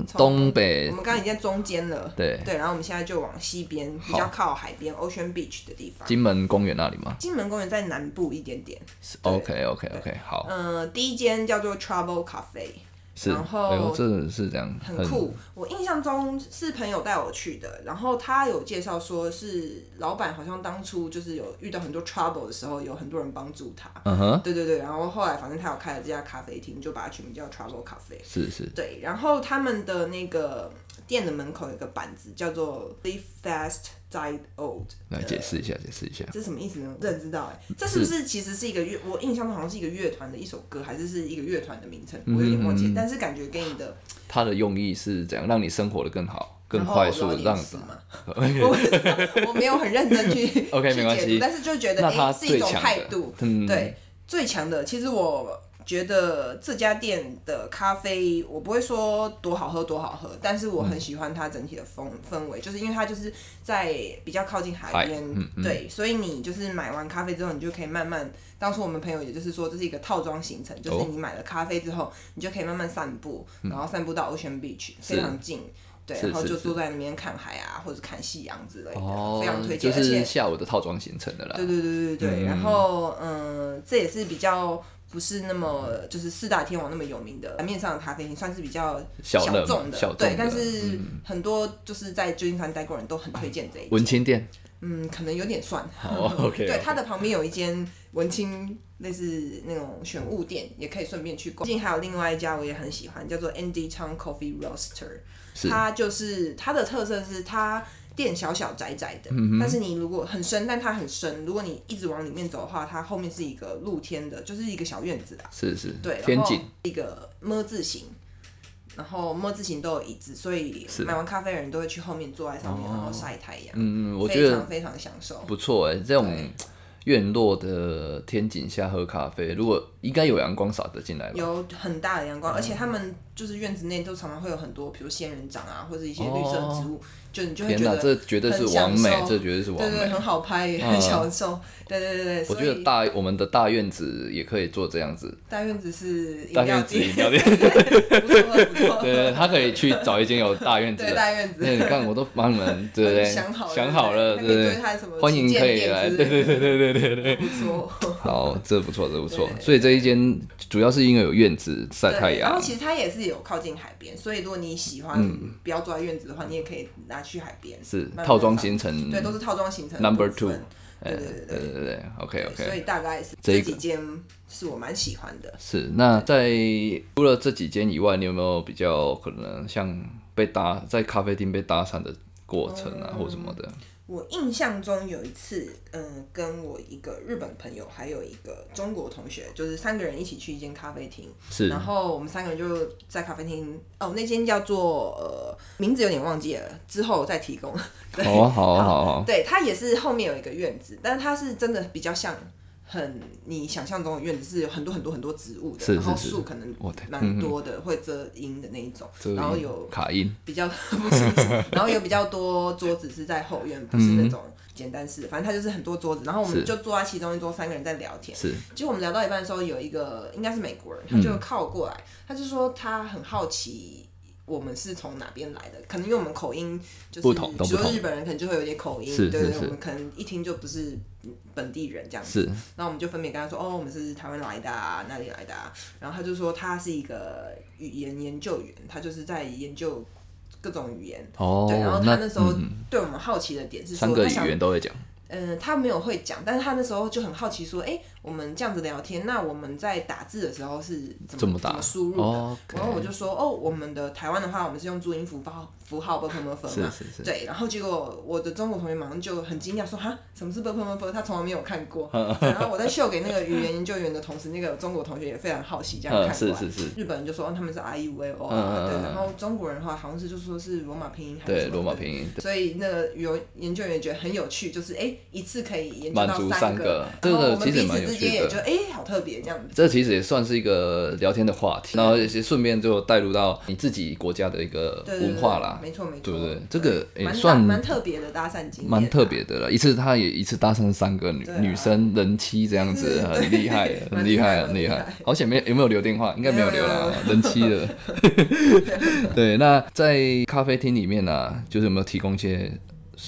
[SPEAKER 2] 对从
[SPEAKER 1] 东北
[SPEAKER 2] 我们刚刚已经在中间了，
[SPEAKER 1] 对
[SPEAKER 2] 对，然后我们现在就往西边，比较靠海边 Ocean Beach 的地方。
[SPEAKER 1] 金门公园那里吗
[SPEAKER 2] 金门公园在南部一点点。对
[SPEAKER 1] ？OK OK OK，好，
[SPEAKER 2] 嗯、第一间叫做 Travel Cafe，
[SPEAKER 1] 是，
[SPEAKER 2] 然后
[SPEAKER 1] 哎呦，这是这样，
[SPEAKER 2] 很酷。我印象中是朋友带我去的，然后他有介绍说是老板好像当初就是有遇到很多 trouble 的时候，有很多人帮助他。
[SPEAKER 1] 嗯哼，
[SPEAKER 2] 对对对，然后后来反正他有开了这家咖啡厅，就把它取名叫 Trouble Cafe。
[SPEAKER 1] 是是
[SPEAKER 2] 对，然后他们的那个店的门口有一个板子叫做 “Live Fast, Die Old”，呃
[SPEAKER 1] 来解释一下，解释一下。
[SPEAKER 2] 这什么意思呢？我不是很知道哎、这是不是其实是一个乐？我印象中好像是一个乐团的一首歌，还是是一个乐团的名称，我有点忘记。但是感觉跟你的
[SPEAKER 1] 它的用意是怎样让你生活的更好、更
[SPEAKER 2] 然后
[SPEAKER 1] 快速
[SPEAKER 2] 老，
[SPEAKER 1] 让
[SPEAKER 2] 点 死嘛。哎我不知道我没有很认真去
[SPEAKER 1] OK，
[SPEAKER 2] 去
[SPEAKER 1] 没关系
[SPEAKER 2] 解读但是就觉得
[SPEAKER 1] 那
[SPEAKER 2] 哎、
[SPEAKER 1] 它
[SPEAKER 2] 诶是一
[SPEAKER 1] 最
[SPEAKER 2] 种
[SPEAKER 1] 强
[SPEAKER 2] 态
[SPEAKER 1] 的
[SPEAKER 2] 度，
[SPEAKER 1] 嗯
[SPEAKER 2] 对最强的。其实我觉得这家店的咖啡，我不会说多好喝多好喝，但是我
[SPEAKER 1] 嗯
[SPEAKER 2] 很喜欢它整体的风氛围，就是因为它就是在比较靠近海边，
[SPEAKER 1] 嗯
[SPEAKER 2] 对，所以你就是买完咖啡之后，你就可以慢慢。当初我们朋友也就是说，这是一个套装行程，就
[SPEAKER 1] 哦嗯
[SPEAKER 2] 是你买了咖啡之后，你就可以慢慢散步，然后散步到 Ocean Beach，
[SPEAKER 1] 是
[SPEAKER 2] 非常近。对，
[SPEAKER 1] 是
[SPEAKER 2] 然后
[SPEAKER 1] 是
[SPEAKER 2] 就是坐在那边看海啊，或者看夕阳之类的，
[SPEAKER 1] 哦
[SPEAKER 2] 非常推，
[SPEAKER 1] 就
[SPEAKER 2] 荐。而
[SPEAKER 1] 是
[SPEAKER 2] 且，
[SPEAKER 1] 下午的套装行程的啦
[SPEAKER 2] 对。对
[SPEAKER 1] 嗯
[SPEAKER 2] 对对对，然后嗯、这也是比较不是那么就是四大天王那么有名的台面上的咖啡厅，算是比较
[SPEAKER 1] 小冷
[SPEAKER 2] 众的，
[SPEAKER 1] 小众的嗯
[SPEAKER 2] 对。但是很多就是在旧金山待过的人都很推荐这一
[SPEAKER 1] 文
[SPEAKER 2] 间，
[SPEAKER 1] 青店，
[SPEAKER 2] 嗯，可能有点算。
[SPEAKER 1] 哦 ，OK，
[SPEAKER 2] 对，它的旁边有一间文青类似那种选物店，也可以顺便去逛。最近还有另外一家我也很喜欢，叫做 Andy Chang Coffee Roaster，
[SPEAKER 1] 是
[SPEAKER 2] 它就是它的特色是它。店小小窄窄的，
[SPEAKER 1] 嗯
[SPEAKER 2] 但是你如果很深，但它很深。如果你一直往里面走的话，它后面是一个露天的，就是一个小院子啊。
[SPEAKER 1] 是是
[SPEAKER 2] 对，然
[SPEAKER 1] 天
[SPEAKER 2] 后
[SPEAKER 1] 井，
[SPEAKER 2] 一个么字形，然后摸字型都有椅子，所以
[SPEAKER 1] 是哦
[SPEAKER 2] 买完咖啡的人都会去后面坐在上面，然后晒太阳，啊
[SPEAKER 1] 嗯嗯，我觉
[SPEAKER 2] 非
[SPEAKER 1] 得
[SPEAKER 2] 常非常享受。
[SPEAKER 1] 不错哎、这种
[SPEAKER 2] 对
[SPEAKER 1] 院落的天井下喝咖啡，如果应该有阳光洒得进来吧？
[SPEAKER 2] 有很大的阳光，而
[SPEAKER 1] 嗯
[SPEAKER 2] 且他们就是院子内都常常会有很多，比如仙人掌啊，或者一些绿色的植物，就你就会
[SPEAKER 1] 哦天
[SPEAKER 2] 觉
[SPEAKER 1] 哪，
[SPEAKER 2] 得
[SPEAKER 1] 这绝对是
[SPEAKER 2] 很
[SPEAKER 1] 完美
[SPEAKER 2] 享，受
[SPEAKER 1] 这绝对是完
[SPEAKER 2] 对对
[SPEAKER 1] 美。
[SPEAKER 2] 很好拍，也
[SPEAKER 1] 嗯
[SPEAKER 2] 很享受。对对对对，
[SPEAKER 1] 我
[SPEAKER 2] 所
[SPEAKER 1] 觉得
[SPEAKER 2] 以
[SPEAKER 1] 大我们的大院子也可以做这样子，
[SPEAKER 2] 大院子是饮
[SPEAKER 1] 大
[SPEAKER 2] 料
[SPEAKER 1] 院子
[SPEAKER 2] 店
[SPEAKER 1] 饮，料店，
[SPEAKER 2] 不错不错，
[SPEAKER 1] 对对，他可以去找一间有大院子
[SPEAKER 2] 对
[SPEAKER 1] 的。
[SPEAKER 2] 大院子
[SPEAKER 1] 那。你看，我都帮你 们，对不对？
[SPEAKER 2] 想好了，
[SPEAKER 1] 想好了，
[SPEAKER 2] 对
[SPEAKER 1] 对
[SPEAKER 2] 不
[SPEAKER 1] 不对
[SPEAKER 2] 对还可以追？他什么
[SPEAKER 1] 欢迎
[SPEAKER 2] 旗舰
[SPEAKER 1] 可以
[SPEAKER 2] 店
[SPEAKER 1] 来，
[SPEAKER 2] 之
[SPEAKER 1] 对
[SPEAKER 2] 类
[SPEAKER 1] 对对对对对对。
[SPEAKER 2] 的，不错。
[SPEAKER 1] 好，这不错，这不错。
[SPEAKER 2] 对
[SPEAKER 1] 所以这一间主要是因为有院子晒太
[SPEAKER 2] 对，然
[SPEAKER 1] 阳
[SPEAKER 2] 后，其实它也是有靠近海边，所以如果你喜欢不要坐在院子的话，你也可以拿去海边。
[SPEAKER 1] 嗯是
[SPEAKER 2] 慢慢
[SPEAKER 1] 套装
[SPEAKER 2] 放，
[SPEAKER 1] 行程。
[SPEAKER 2] 对，都是套装行程的
[SPEAKER 1] Number
[SPEAKER 2] 部分
[SPEAKER 1] two 哎
[SPEAKER 2] 对对对
[SPEAKER 1] 对对对对，OK
[SPEAKER 2] 对所
[SPEAKER 1] OK，
[SPEAKER 2] 以大概是
[SPEAKER 1] 这
[SPEAKER 2] 这
[SPEAKER 1] 一
[SPEAKER 2] 几
[SPEAKER 1] 个
[SPEAKER 2] 间是我蛮喜欢的。
[SPEAKER 1] 是。那在除了这几间以外，你有没有比较可能像被搭在咖啡厅被搭讪的过程
[SPEAKER 2] 嗯
[SPEAKER 1] 啊，或什么的？
[SPEAKER 2] 我印象中有一次，嗯，跟我一个日本朋友，还有一个中国同学，就是三个人一起去一间咖啡厅，
[SPEAKER 1] 是
[SPEAKER 2] 然后我们三个人就在咖啡厅，哦，那间叫做呃，名字有点忘记了，之后再提供。对，
[SPEAKER 1] 好啊，好啊，好啊好啊。
[SPEAKER 2] 对，它也是后面有一个院子，但是它是真的比较像很你想象中的院子，是有很多很多很多植物的，
[SPEAKER 1] 是
[SPEAKER 2] 然后
[SPEAKER 1] 是嗯是
[SPEAKER 2] 树可能
[SPEAKER 1] 我的
[SPEAKER 2] 蛮多的，会遮阴的那一种，
[SPEAKER 1] 这个
[SPEAKER 2] 然后有
[SPEAKER 1] 卡印，
[SPEAKER 2] 比较 不是，不是然后有比较多桌子是在后院，不是那种简单式的，反正它就是很多桌子，然后我
[SPEAKER 1] 是
[SPEAKER 2] 们就坐在其中一桌，三个人在聊天。
[SPEAKER 1] 是
[SPEAKER 2] 结果我们聊到一半的时候，有一个应该是美国人，他就靠过来，他就说他很好奇我们是从哪边来的，可能因为我们口音就是，
[SPEAKER 1] 不同都
[SPEAKER 2] 比如
[SPEAKER 1] 不
[SPEAKER 2] 说
[SPEAKER 1] 同
[SPEAKER 2] 日本人可能就会有点口音，
[SPEAKER 1] 是
[SPEAKER 2] 对对
[SPEAKER 1] 是
[SPEAKER 2] 对，
[SPEAKER 1] 是
[SPEAKER 2] 我们可能一听就不是本地人这样子。
[SPEAKER 1] 是
[SPEAKER 2] 然后我们就分别跟他说，哦，我们是台湾来的、啊，哪里来的、啊。然后他就说他是一个语言研究员，他就是在研究各种语言。
[SPEAKER 1] 哦
[SPEAKER 2] 对，然后，他那时候
[SPEAKER 1] 嗯
[SPEAKER 2] 对我们好奇的点是
[SPEAKER 1] 三
[SPEAKER 2] 说，
[SPEAKER 1] 个
[SPEAKER 2] 他
[SPEAKER 1] 语
[SPEAKER 2] 想
[SPEAKER 1] 言都会讲，
[SPEAKER 2] 嗯，他没有会讲，但是他那时候就很好奇说，哎、我们这样子聊天，那我们在打字的时候是怎么
[SPEAKER 1] 这么
[SPEAKER 2] 怎
[SPEAKER 1] 打
[SPEAKER 2] 么输入的？
[SPEAKER 1] 哦
[SPEAKER 2] 然后我就说，哦，我们的台湾的话，我们是用注音符号符号 b p m f
[SPEAKER 1] 是
[SPEAKER 2] 嘛。
[SPEAKER 1] 是是，
[SPEAKER 2] 对，然后结果我的中国同学马上就很惊讶说：“哈，什么是 b p m f？他从来没有看 过。”
[SPEAKER 1] 嗯
[SPEAKER 2] 对然后我在秀给那个语言研究员的同时，那个中国同学也非常好奇这样看过
[SPEAKER 1] 嗯，
[SPEAKER 2] 来。
[SPEAKER 1] 是是是，
[SPEAKER 2] 日本人就说、哦他们是 i u a o
[SPEAKER 1] 嗯嗯
[SPEAKER 2] 啊，
[SPEAKER 1] 嗯
[SPEAKER 2] 对，
[SPEAKER 1] 嗯
[SPEAKER 2] 然后中国人的话好像是就说是罗马拼音还是什
[SPEAKER 1] 对，
[SPEAKER 2] 么
[SPEAKER 1] 罗马
[SPEAKER 2] 的
[SPEAKER 1] 拼音，
[SPEAKER 2] 所以那个有研究员觉得很有趣，就是哎、诶一次可以研究
[SPEAKER 1] 满
[SPEAKER 2] 到
[SPEAKER 1] 足
[SPEAKER 2] 三
[SPEAKER 1] 三个这
[SPEAKER 2] 然后
[SPEAKER 1] 个
[SPEAKER 2] 我们
[SPEAKER 1] 其实
[SPEAKER 2] 彼
[SPEAKER 1] 蛮有
[SPEAKER 2] 此之
[SPEAKER 1] 趣
[SPEAKER 2] 间
[SPEAKER 1] 的
[SPEAKER 2] 也觉得哎、诶好特别这样子。
[SPEAKER 1] 这其实也算是一个聊天的话题，然后也顺便就带入到你自己国家的一个
[SPEAKER 2] 对对
[SPEAKER 1] 文化啦，
[SPEAKER 2] 对没错没错，
[SPEAKER 1] 对不对这个也
[SPEAKER 2] 蛮大
[SPEAKER 1] 算
[SPEAKER 2] 蛮特别的搭讪经验，
[SPEAKER 1] 蛮特别的啦。一次他也一次搭上三个女、
[SPEAKER 2] 啊对啊
[SPEAKER 1] 女生人妻这样子，
[SPEAKER 2] 是
[SPEAKER 1] 很厉 害的，
[SPEAKER 2] 蛮
[SPEAKER 1] 很
[SPEAKER 2] 厉
[SPEAKER 1] 厉
[SPEAKER 2] 害
[SPEAKER 1] 害，
[SPEAKER 2] 蛮
[SPEAKER 1] 很
[SPEAKER 2] 厉
[SPEAKER 1] 厉害
[SPEAKER 2] 害。
[SPEAKER 1] 好险没有没有留电话，应该没有留
[SPEAKER 2] 没有
[SPEAKER 1] 啦
[SPEAKER 2] 没，
[SPEAKER 1] 人妻的。 对，那在咖啡厅里面呢、啊，就是有没有提供一些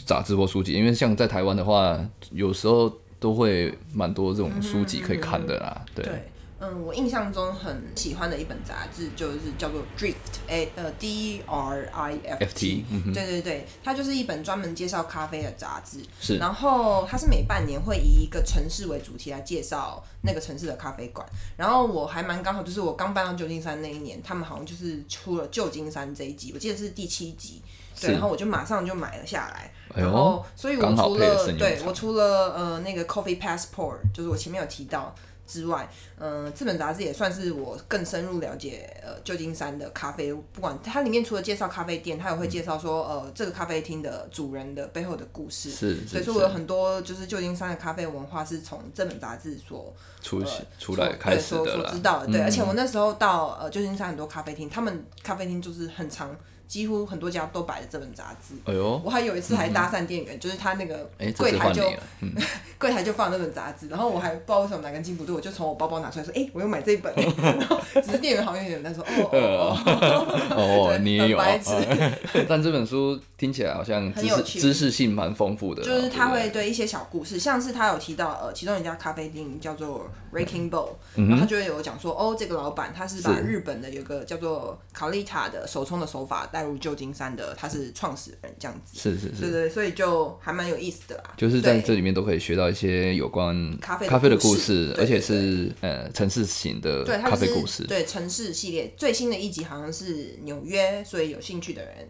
[SPEAKER 1] 杂志或书籍？因为像在台湾的话，有时候都会蛮多这种书籍可以看的啦。对，
[SPEAKER 2] 对。嗯，我印象中很喜欢的一本杂志就是叫做 Drift，哎，呃，D R I F
[SPEAKER 1] FT 嗯
[SPEAKER 2] 对对对，它就是一本专门介绍咖啡的杂志。
[SPEAKER 1] 是
[SPEAKER 2] 然后它是每半年会以一个城市为主题来介绍那个城市的咖啡馆。然后我还蛮刚好，就是我刚搬到旧金山那一年，他们好像就是出了旧金山这一集，我记得是第七集。
[SPEAKER 1] 是
[SPEAKER 2] 对，然后我就马上就买了下来。
[SPEAKER 1] 哎呦
[SPEAKER 2] 然后，所以我
[SPEAKER 1] 刚好
[SPEAKER 2] 除
[SPEAKER 1] 配得
[SPEAKER 2] 了
[SPEAKER 1] 上用
[SPEAKER 2] 对
[SPEAKER 1] 场
[SPEAKER 2] 我除了呃那个 Coffee Passport，就是我前面有提到之外，嗯、呃，这本杂志也算是我更深入了解呃旧金山的咖啡，不管它里面除了介绍咖啡店，它也会
[SPEAKER 1] 嗯
[SPEAKER 2] 介绍说呃这个咖啡厅的主人的背后的故事。
[SPEAKER 1] 是是
[SPEAKER 2] 对，
[SPEAKER 1] 是
[SPEAKER 2] 所以我有很多就是旧金山的咖啡文化是从这本杂志所
[SPEAKER 1] 出
[SPEAKER 2] 呃
[SPEAKER 1] 出
[SPEAKER 2] 所
[SPEAKER 1] 来开始
[SPEAKER 2] 对
[SPEAKER 1] 的
[SPEAKER 2] 所所
[SPEAKER 1] 啦嗯
[SPEAKER 2] 知。道的，对。而且我那时候到呃旧金山很多咖啡厅，他们咖啡厅就是很长，几乎很多家都摆着这本杂志。
[SPEAKER 1] 哎呦，
[SPEAKER 2] 我还有一次还搭讪店员，就是他那个
[SPEAKER 1] 哎，这
[SPEAKER 2] 柜
[SPEAKER 1] 次
[SPEAKER 2] 台
[SPEAKER 1] 换
[SPEAKER 2] 就
[SPEAKER 1] 你了。嗯
[SPEAKER 2] 柜台就放那本杂志，然后我还不知道为什么哪根筋不对，我就从我包包拿出来说，哎、我又买这一 本、然后只是店员好像有点在说，哦哦哦，
[SPEAKER 1] 哦，
[SPEAKER 2] 对
[SPEAKER 1] 你也有啊
[SPEAKER 2] 很白 痴
[SPEAKER 1] 啊但这本书听起来好像知
[SPEAKER 2] 很有
[SPEAKER 1] 识
[SPEAKER 2] 趣
[SPEAKER 1] 知识性蛮丰富的啊，
[SPEAKER 2] 就是他
[SPEAKER 1] 对
[SPEAKER 2] 会
[SPEAKER 1] 不对
[SPEAKER 2] 对一些小故事，像是他有提到呃，其中一家咖啡厅叫做 Raking Bowl，、然后他就会有讲说，哦，这个老板他是把
[SPEAKER 1] 嗯是
[SPEAKER 2] 日本的有个叫做卡丽塔的手冲的手法带带入旧金山的，他是创始人这样子。
[SPEAKER 1] 是是
[SPEAKER 2] 对
[SPEAKER 1] 是，
[SPEAKER 2] 对，对所以就还蛮有意思的啦。
[SPEAKER 1] 就是在
[SPEAKER 2] 对
[SPEAKER 1] 这里面都可以学到一些有关
[SPEAKER 2] 咖啡的
[SPEAKER 1] 的
[SPEAKER 2] 故
[SPEAKER 1] 故
[SPEAKER 2] 事
[SPEAKER 1] 事，
[SPEAKER 2] 对
[SPEAKER 1] 而且
[SPEAKER 2] 对
[SPEAKER 1] 是呃城市型的
[SPEAKER 2] 对，
[SPEAKER 1] 咖
[SPEAKER 2] 它就
[SPEAKER 1] 啡
[SPEAKER 2] 是
[SPEAKER 1] 故事。
[SPEAKER 2] 对城市系列最新的一集好像是纽约，所以有兴趣的人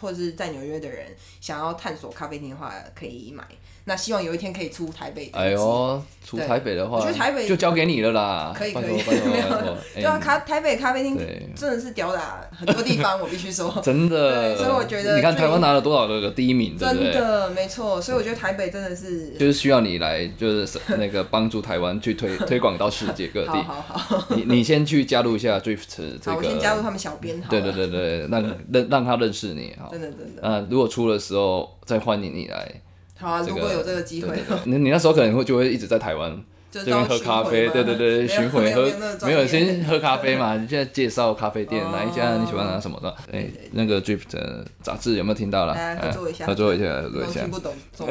[SPEAKER 2] 或者是在纽约的人想要探索咖啡厅的话，可以买。那希望有一天可以出台北的一集。
[SPEAKER 1] 哎呦，出
[SPEAKER 2] 对
[SPEAKER 1] 台北的话，
[SPEAKER 2] 我觉得台北
[SPEAKER 1] 就交给你了啦。
[SPEAKER 2] 可以
[SPEAKER 1] 拜
[SPEAKER 2] 可
[SPEAKER 1] 托
[SPEAKER 2] 以，
[SPEAKER 1] 拜托
[SPEAKER 2] 没有
[SPEAKER 1] 拜托
[SPEAKER 2] 了。对啊，
[SPEAKER 1] 哎
[SPEAKER 2] 咖台北咖啡厅
[SPEAKER 1] 对，
[SPEAKER 2] 真的是屌打很多地方，我必须说
[SPEAKER 1] 真的，
[SPEAKER 2] 对所以我觉得
[SPEAKER 1] 你看
[SPEAKER 2] 最
[SPEAKER 1] 台湾拿了多少个第一名，对不
[SPEAKER 2] 真
[SPEAKER 1] 对？
[SPEAKER 2] 的没错。所以我觉得台北真的是
[SPEAKER 1] 就是需要你来，就是那个帮助台湾去 推推广到世界各
[SPEAKER 2] 好
[SPEAKER 1] 地。
[SPEAKER 2] 好好，
[SPEAKER 1] 你你先去加入一下 Drift 这
[SPEAKER 2] 好，我先加入
[SPEAKER 1] 个，
[SPEAKER 2] 他们小编好了。
[SPEAKER 1] 对对对对，让认让他认识你哈。
[SPEAKER 2] 真的真的
[SPEAKER 1] 那如果出的时候再欢迎你来，
[SPEAKER 2] 好啊！
[SPEAKER 1] 这
[SPEAKER 2] 如
[SPEAKER 1] 个
[SPEAKER 2] 果有这个机
[SPEAKER 1] 对
[SPEAKER 2] 会
[SPEAKER 1] 对，对你你那时候可能会就会一直在台湾
[SPEAKER 2] 就
[SPEAKER 1] 这
[SPEAKER 2] 是到
[SPEAKER 1] 边喝
[SPEAKER 2] 巡
[SPEAKER 1] 咖
[SPEAKER 2] 回
[SPEAKER 1] 啡，
[SPEAKER 2] 嘛
[SPEAKER 1] 对对对，
[SPEAKER 2] 没有
[SPEAKER 1] 巡回
[SPEAKER 2] 没有
[SPEAKER 1] 喝
[SPEAKER 2] 没有那个专
[SPEAKER 1] 没有
[SPEAKER 2] 业
[SPEAKER 1] 先喝咖啡嘛，你现在介绍咖啡店哪一家你喜欢拿什么
[SPEAKER 2] 哦
[SPEAKER 1] 的？哎，那个 Drift 的杂志有没有听到了？
[SPEAKER 2] 大家合作一下
[SPEAKER 1] 哎合作一下，合作
[SPEAKER 2] 都
[SPEAKER 1] 一下
[SPEAKER 2] 听，不懂中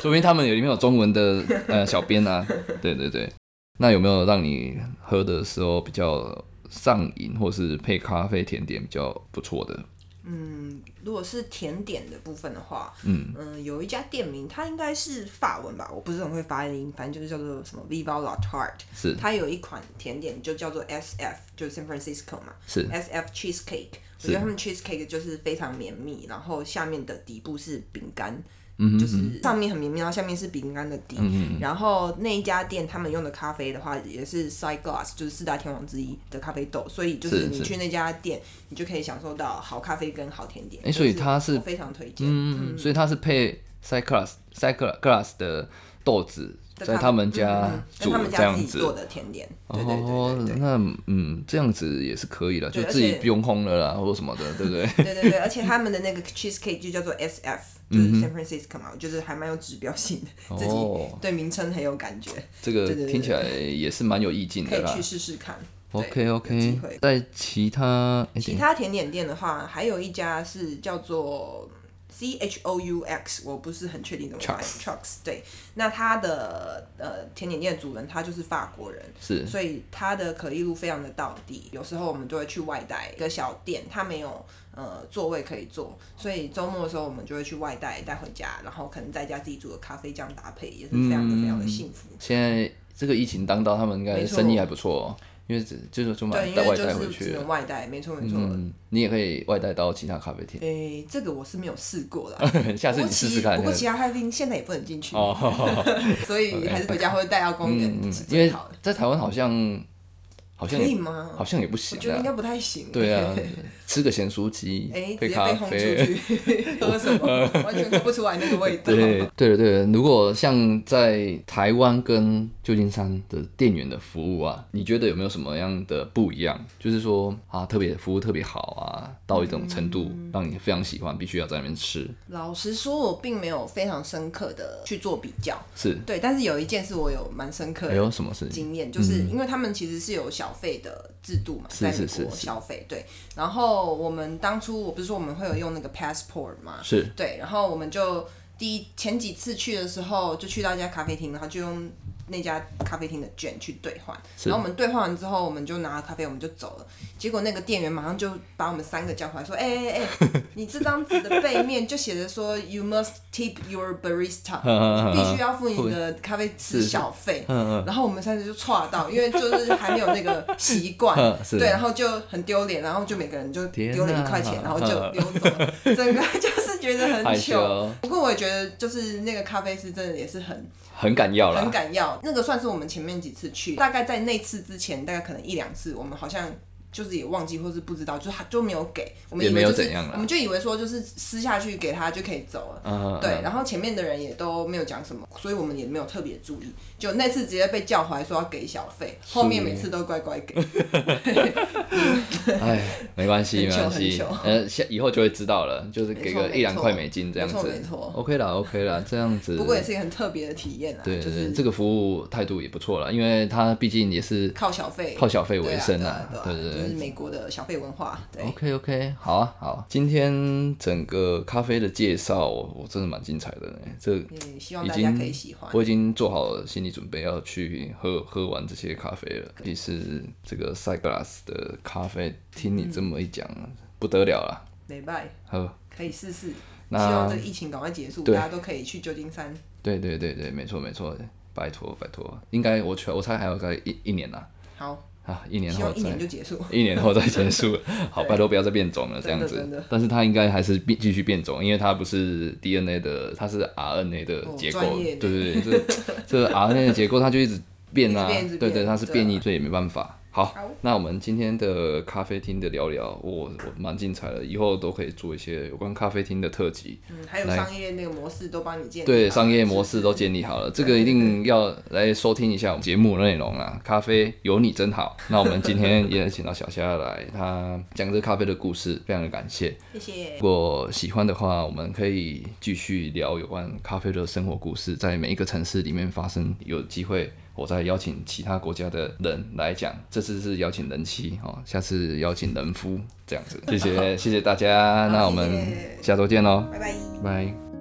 [SPEAKER 1] 说明他们里面有中文的 呃小编啊，对对对。那有没有让你喝的时候比较上瘾，或是配咖啡甜点比较不错的？
[SPEAKER 2] 嗯，如果是甜点的部分的话，
[SPEAKER 1] 嗯
[SPEAKER 2] 有一家店名，它应该是法文吧，我不是很会发音，反正就是叫做什么 Viva La Tarte，
[SPEAKER 1] 是
[SPEAKER 2] 它有一款甜点就叫做 SF，就是 San Francisco 嘛
[SPEAKER 1] 是
[SPEAKER 2] ，SF cheesecake，我觉得他们 cheesecake 就是非常绵密，然后下面的底部是饼干。
[SPEAKER 1] 嗯
[SPEAKER 2] 就是上面很绵密，然后下面是饼干的底。然后那一家店他们用的咖啡的话，也是 Side Glass，就是四大天王之一的咖啡豆，所以就是
[SPEAKER 1] 是
[SPEAKER 2] 你
[SPEAKER 1] 是
[SPEAKER 2] 去那家店，你就可以享受到好咖啡跟好甜点。
[SPEAKER 1] 诶所以
[SPEAKER 2] 就
[SPEAKER 1] 它是
[SPEAKER 2] 我非常推荐。
[SPEAKER 1] 嗯，所以它是配 cyclas cyclas 的豆子
[SPEAKER 2] 的
[SPEAKER 1] 在
[SPEAKER 2] 咖
[SPEAKER 1] 他们家
[SPEAKER 2] 嗯嗯在
[SPEAKER 1] 煮
[SPEAKER 2] 他们
[SPEAKER 1] 这
[SPEAKER 2] 家
[SPEAKER 1] 样
[SPEAKER 2] 自己
[SPEAKER 1] 子。
[SPEAKER 2] 做的甜点，对对
[SPEAKER 1] 哦
[SPEAKER 2] 对对，对
[SPEAKER 1] 那嗯，这样子也是可以的，就
[SPEAKER 2] 对
[SPEAKER 1] 自己
[SPEAKER 2] 而且
[SPEAKER 1] 不用烘了啦，或者什么的，对不对？
[SPEAKER 2] 对对对，而且他们的那个 cheesecake 就叫做 SF，就是 San Francisco 嘛，我就是还蛮有指标性的，自己
[SPEAKER 1] 嗯哦
[SPEAKER 2] 对名称很有感觉，
[SPEAKER 1] 这个
[SPEAKER 2] 对对对
[SPEAKER 1] 听起来也是蛮有意境
[SPEAKER 2] 可
[SPEAKER 1] 的
[SPEAKER 2] 以
[SPEAKER 1] 啦
[SPEAKER 2] 去。试试看。对
[SPEAKER 1] OK
[SPEAKER 2] 有
[SPEAKER 1] OK，
[SPEAKER 2] 机会
[SPEAKER 1] 在其他哎
[SPEAKER 2] 其他甜点店的话，还有一家是叫做 C H O U X，我不是很确定怎么发音。Chucks，对，那它的呃甜点店的主人他就是法国人，
[SPEAKER 1] 是
[SPEAKER 2] 所以它的可丽露非常的到地。有时候我们就会去外带一个小店，它没有呃座位可以坐，所以周末的时候我们就会去外带带回家，然后可能在家自己煮的咖啡这样搭配，也是非常的非常的幸福。
[SPEAKER 1] 现在这个疫情当道，他们应该
[SPEAKER 2] 没错
[SPEAKER 1] 生意还不错、哦，因为只就是就买
[SPEAKER 2] 对，因
[SPEAKER 1] 带
[SPEAKER 2] 为
[SPEAKER 1] 外
[SPEAKER 2] 就
[SPEAKER 1] 嗯带回
[SPEAKER 2] 是只
[SPEAKER 1] 去。
[SPEAKER 2] 能外带，没错没错。
[SPEAKER 1] 嗯，你也可以外带到其他咖啡店，
[SPEAKER 2] 诶、这个我是没有试过啦，
[SPEAKER 1] 下次你试试看。
[SPEAKER 2] 不过
[SPEAKER 1] 下次
[SPEAKER 2] 其他咖啡厅现在也不能进去，
[SPEAKER 1] 哦，好好好
[SPEAKER 2] 所以还是回家或者带到公园
[SPEAKER 1] 嗯
[SPEAKER 2] 是，
[SPEAKER 1] 因
[SPEAKER 2] 最
[SPEAKER 1] 为
[SPEAKER 2] 好的。
[SPEAKER 1] 在台湾好像好像
[SPEAKER 2] 可以
[SPEAKER 1] 也
[SPEAKER 2] 吗？
[SPEAKER 1] 好像也不
[SPEAKER 2] 我
[SPEAKER 1] 行
[SPEAKER 2] 觉得应
[SPEAKER 1] 啊。
[SPEAKER 2] 该不太行。
[SPEAKER 1] 对 啊，吃个咸酥鸡
[SPEAKER 2] 哎，直
[SPEAKER 1] 配
[SPEAKER 2] 接
[SPEAKER 1] 咖
[SPEAKER 2] 被轰
[SPEAKER 1] 啡。呃
[SPEAKER 2] 出去， 喝什么完全喝不出来那个味道。
[SPEAKER 1] 对对对对，如果像在台湾跟旧金山的店员的服务啊，你觉得有没有什么样的不一样？就是说啊，特别服务特别好啊，到一种程度
[SPEAKER 2] 嗯
[SPEAKER 1] 让你非常喜欢，必须要在那边吃。
[SPEAKER 2] 老实说，我并没有非常深刻的去做比较，
[SPEAKER 1] 是，
[SPEAKER 2] 对，但是有一件事我有蛮深刻
[SPEAKER 1] 还
[SPEAKER 2] 的
[SPEAKER 1] 有什么事情？
[SPEAKER 2] 经验，就是因为他们其实是有小费的制度嘛，
[SPEAKER 1] 嗯是
[SPEAKER 2] 在
[SPEAKER 1] 是
[SPEAKER 2] 美
[SPEAKER 1] 是
[SPEAKER 2] 国
[SPEAKER 1] 是
[SPEAKER 2] 消费，对。然后我们当初我不是说我们会有用那个 passport 嘛，
[SPEAKER 1] 是
[SPEAKER 2] 对，然后我们就第一前几次去的时候，就去到一家咖啡厅，然后就用那家咖啡厅的券去兑换。
[SPEAKER 1] 是
[SPEAKER 2] 然后我们兑换完之后，我们就拿了咖啡，我们就走了。结果那个店员马上就把我们三个叫回来，说：“哎哎 哎，你这张纸的背面就写着说 ‘You must tip your barista’，
[SPEAKER 1] 嗯嗯嗯
[SPEAKER 2] 你必须要付你的咖啡师小费。”
[SPEAKER 1] 嗯
[SPEAKER 2] 然后我们三个就岔到，因为就是还没有那个习惯
[SPEAKER 1] 嗯，是
[SPEAKER 2] 对，然后就很丢脸，然后就每个人就
[SPEAKER 1] 天
[SPEAKER 2] 丢了
[SPEAKER 1] 哪嗯
[SPEAKER 2] 一块钱，然后就溜走了，整个就是觉得
[SPEAKER 1] 害
[SPEAKER 2] 很糗。
[SPEAKER 1] 羞，
[SPEAKER 2] 不过我也觉得，就是那个咖啡师真的也是很
[SPEAKER 1] 很敢要
[SPEAKER 2] 很
[SPEAKER 1] 啦。
[SPEAKER 2] 敢要，那个算是我们前面几次去，大概在那次之前，大概可能一两次，我们好像。就是也忘记或是不知道，就是他就没有给，我们以
[SPEAKER 1] 也没
[SPEAKER 2] 为
[SPEAKER 1] 有
[SPEAKER 2] 就是
[SPEAKER 1] 怎样啦
[SPEAKER 2] 我们就以为说就是私下去给他就可以走了，
[SPEAKER 1] 嗯，
[SPEAKER 2] 对，
[SPEAKER 1] 嗯
[SPEAKER 2] 然后前面的人也都没有讲什么，所以我们也没有特别注意。就那次直接被叫回来说要给小费，后面每次都乖乖给。
[SPEAKER 1] 哎，没关系，
[SPEAKER 2] 很
[SPEAKER 1] 没
[SPEAKER 2] 糗
[SPEAKER 1] 关
[SPEAKER 2] 很
[SPEAKER 1] 系
[SPEAKER 2] 糗，
[SPEAKER 1] 呃，下以后就会知道了，就是
[SPEAKER 2] 没
[SPEAKER 1] 给
[SPEAKER 2] 错
[SPEAKER 1] 个
[SPEAKER 2] 没
[SPEAKER 1] 一两
[SPEAKER 2] 错
[SPEAKER 1] 块美金这样
[SPEAKER 2] 没错
[SPEAKER 1] 子
[SPEAKER 2] 没错
[SPEAKER 1] ，OK 啦，OK 啦，这样子。
[SPEAKER 2] 不过也是一个很特别的体验啊，
[SPEAKER 1] 对
[SPEAKER 2] 就
[SPEAKER 1] 对对，
[SPEAKER 2] 是
[SPEAKER 1] 这个服务态度也不错啦，因为他毕竟也是
[SPEAKER 2] 靠小费
[SPEAKER 1] 靠小费为生
[SPEAKER 2] 对
[SPEAKER 1] 啊
[SPEAKER 2] 啊，
[SPEAKER 1] 对
[SPEAKER 2] 对啊
[SPEAKER 1] 对
[SPEAKER 2] 对啊
[SPEAKER 1] 对哦
[SPEAKER 2] 就是美国的小费文化。对，
[SPEAKER 1] OK OK，好啊好，今天整个咖啡的介绍，我我真的蛮精彩的呢。这
[SPEAKER 2] 也希望
[SPEAKER 1] 已
[SPEAKER 2] 大家
[SPEAKER 1] 经
[SPEAKER 2] 可以喜欢。
[SPEAKER 1] 我已经做好了心理准备要去喝喝完这些咖啡了。尤
[SPEAKER 2] 嗯
[SPEAKER 1] 其是这个赛格拉斯的咖啡，听你这么一讲，不得了啦！啊
[SPEAKER 2] 礼拜
[SPEAKER 1] 好，
[SPEAKER 2] 可以试试，希望
[SPEAKER 1] 那
[SPEAKER 2] 这个疫情赶快结束，
[SPEAKER 1] 对
[SPEAKER 2] 大家都可以去旧金山。
[SPEAKER 1] 对对对对，没错没错，拜托拜托，应该我猜我猜还有个一一年啦，
[SPEAKER 2] 好，
[SPEAKER 1] 啊，一年
[SPEAKER 2] 希
[SPEAKER 1] 后
[SPEAKER 2] 望一
[SPEAKER 1] 再
[SPEAKER 2] 年就结束。
[SPEAKER 1] 一年后再结 束，好，拜托不要再变种了这
[SPEAKER 2] 真
[SPEAKER 1] 样
[SPEAKER 2] 的
[SPEAKER 1] 子
[SPEAKER 2] 真的。
[SPEAKER 1] 但是它应该还是变继续变种，因为它不是 DNA 的，它是 RNA 的
[SPEAKER 2] 哦
[SPEAKER 1] 结构，
[SPEAKER 2] 专业
[SPEAKER 1] 对
[SPEAKER 2] 的
[SPEAKER 1] 对对，这这 RNA 的结构它就一直变啊
[SPEAKER 2] 一直变一直，变
[SPEAKER 1] 对对，它是
[SPEAKER 2] 对啊
[SPEAKER 1] 变异，所以也没办法。好
[SPEAKER 2] 好，
[SPEAKER 1] 那我们今天的咖啡厅的聊聊，我我蛮精彩的，以后都可以做一些有关咖啡厅的特辑。
[SPEAKER 2] 嗯， 还有商业那个模式都帮你建立
[SPEAKER 1] 对，
[SPEAKER 2] 好
[SPEAKER 1] 商业模式都建立好了，这个一定要来收听一下我们节目内容啦。咖啡有你真好，那我们今天也请到小夏来，他讲这咖啡的故事，非常的感谢。
[SPEAKER 2] 谢谢
[SPEAKER 1] 如。果喜欢的话，我们可以继续聊有关咖啡的生活故事，在每一个城市里面发生。有机会，我再邀请其他国家的人来讲。这次是邀请人妻哦，下次邀请人夫这样子。谢谢，谢谢大家，那我们
[SPEAKER 2] 谢谢
[SPEAKER 1] 下周见喽，
[SPEAKER 2] 拜拜。
[SPEAKER 1] 拜拜。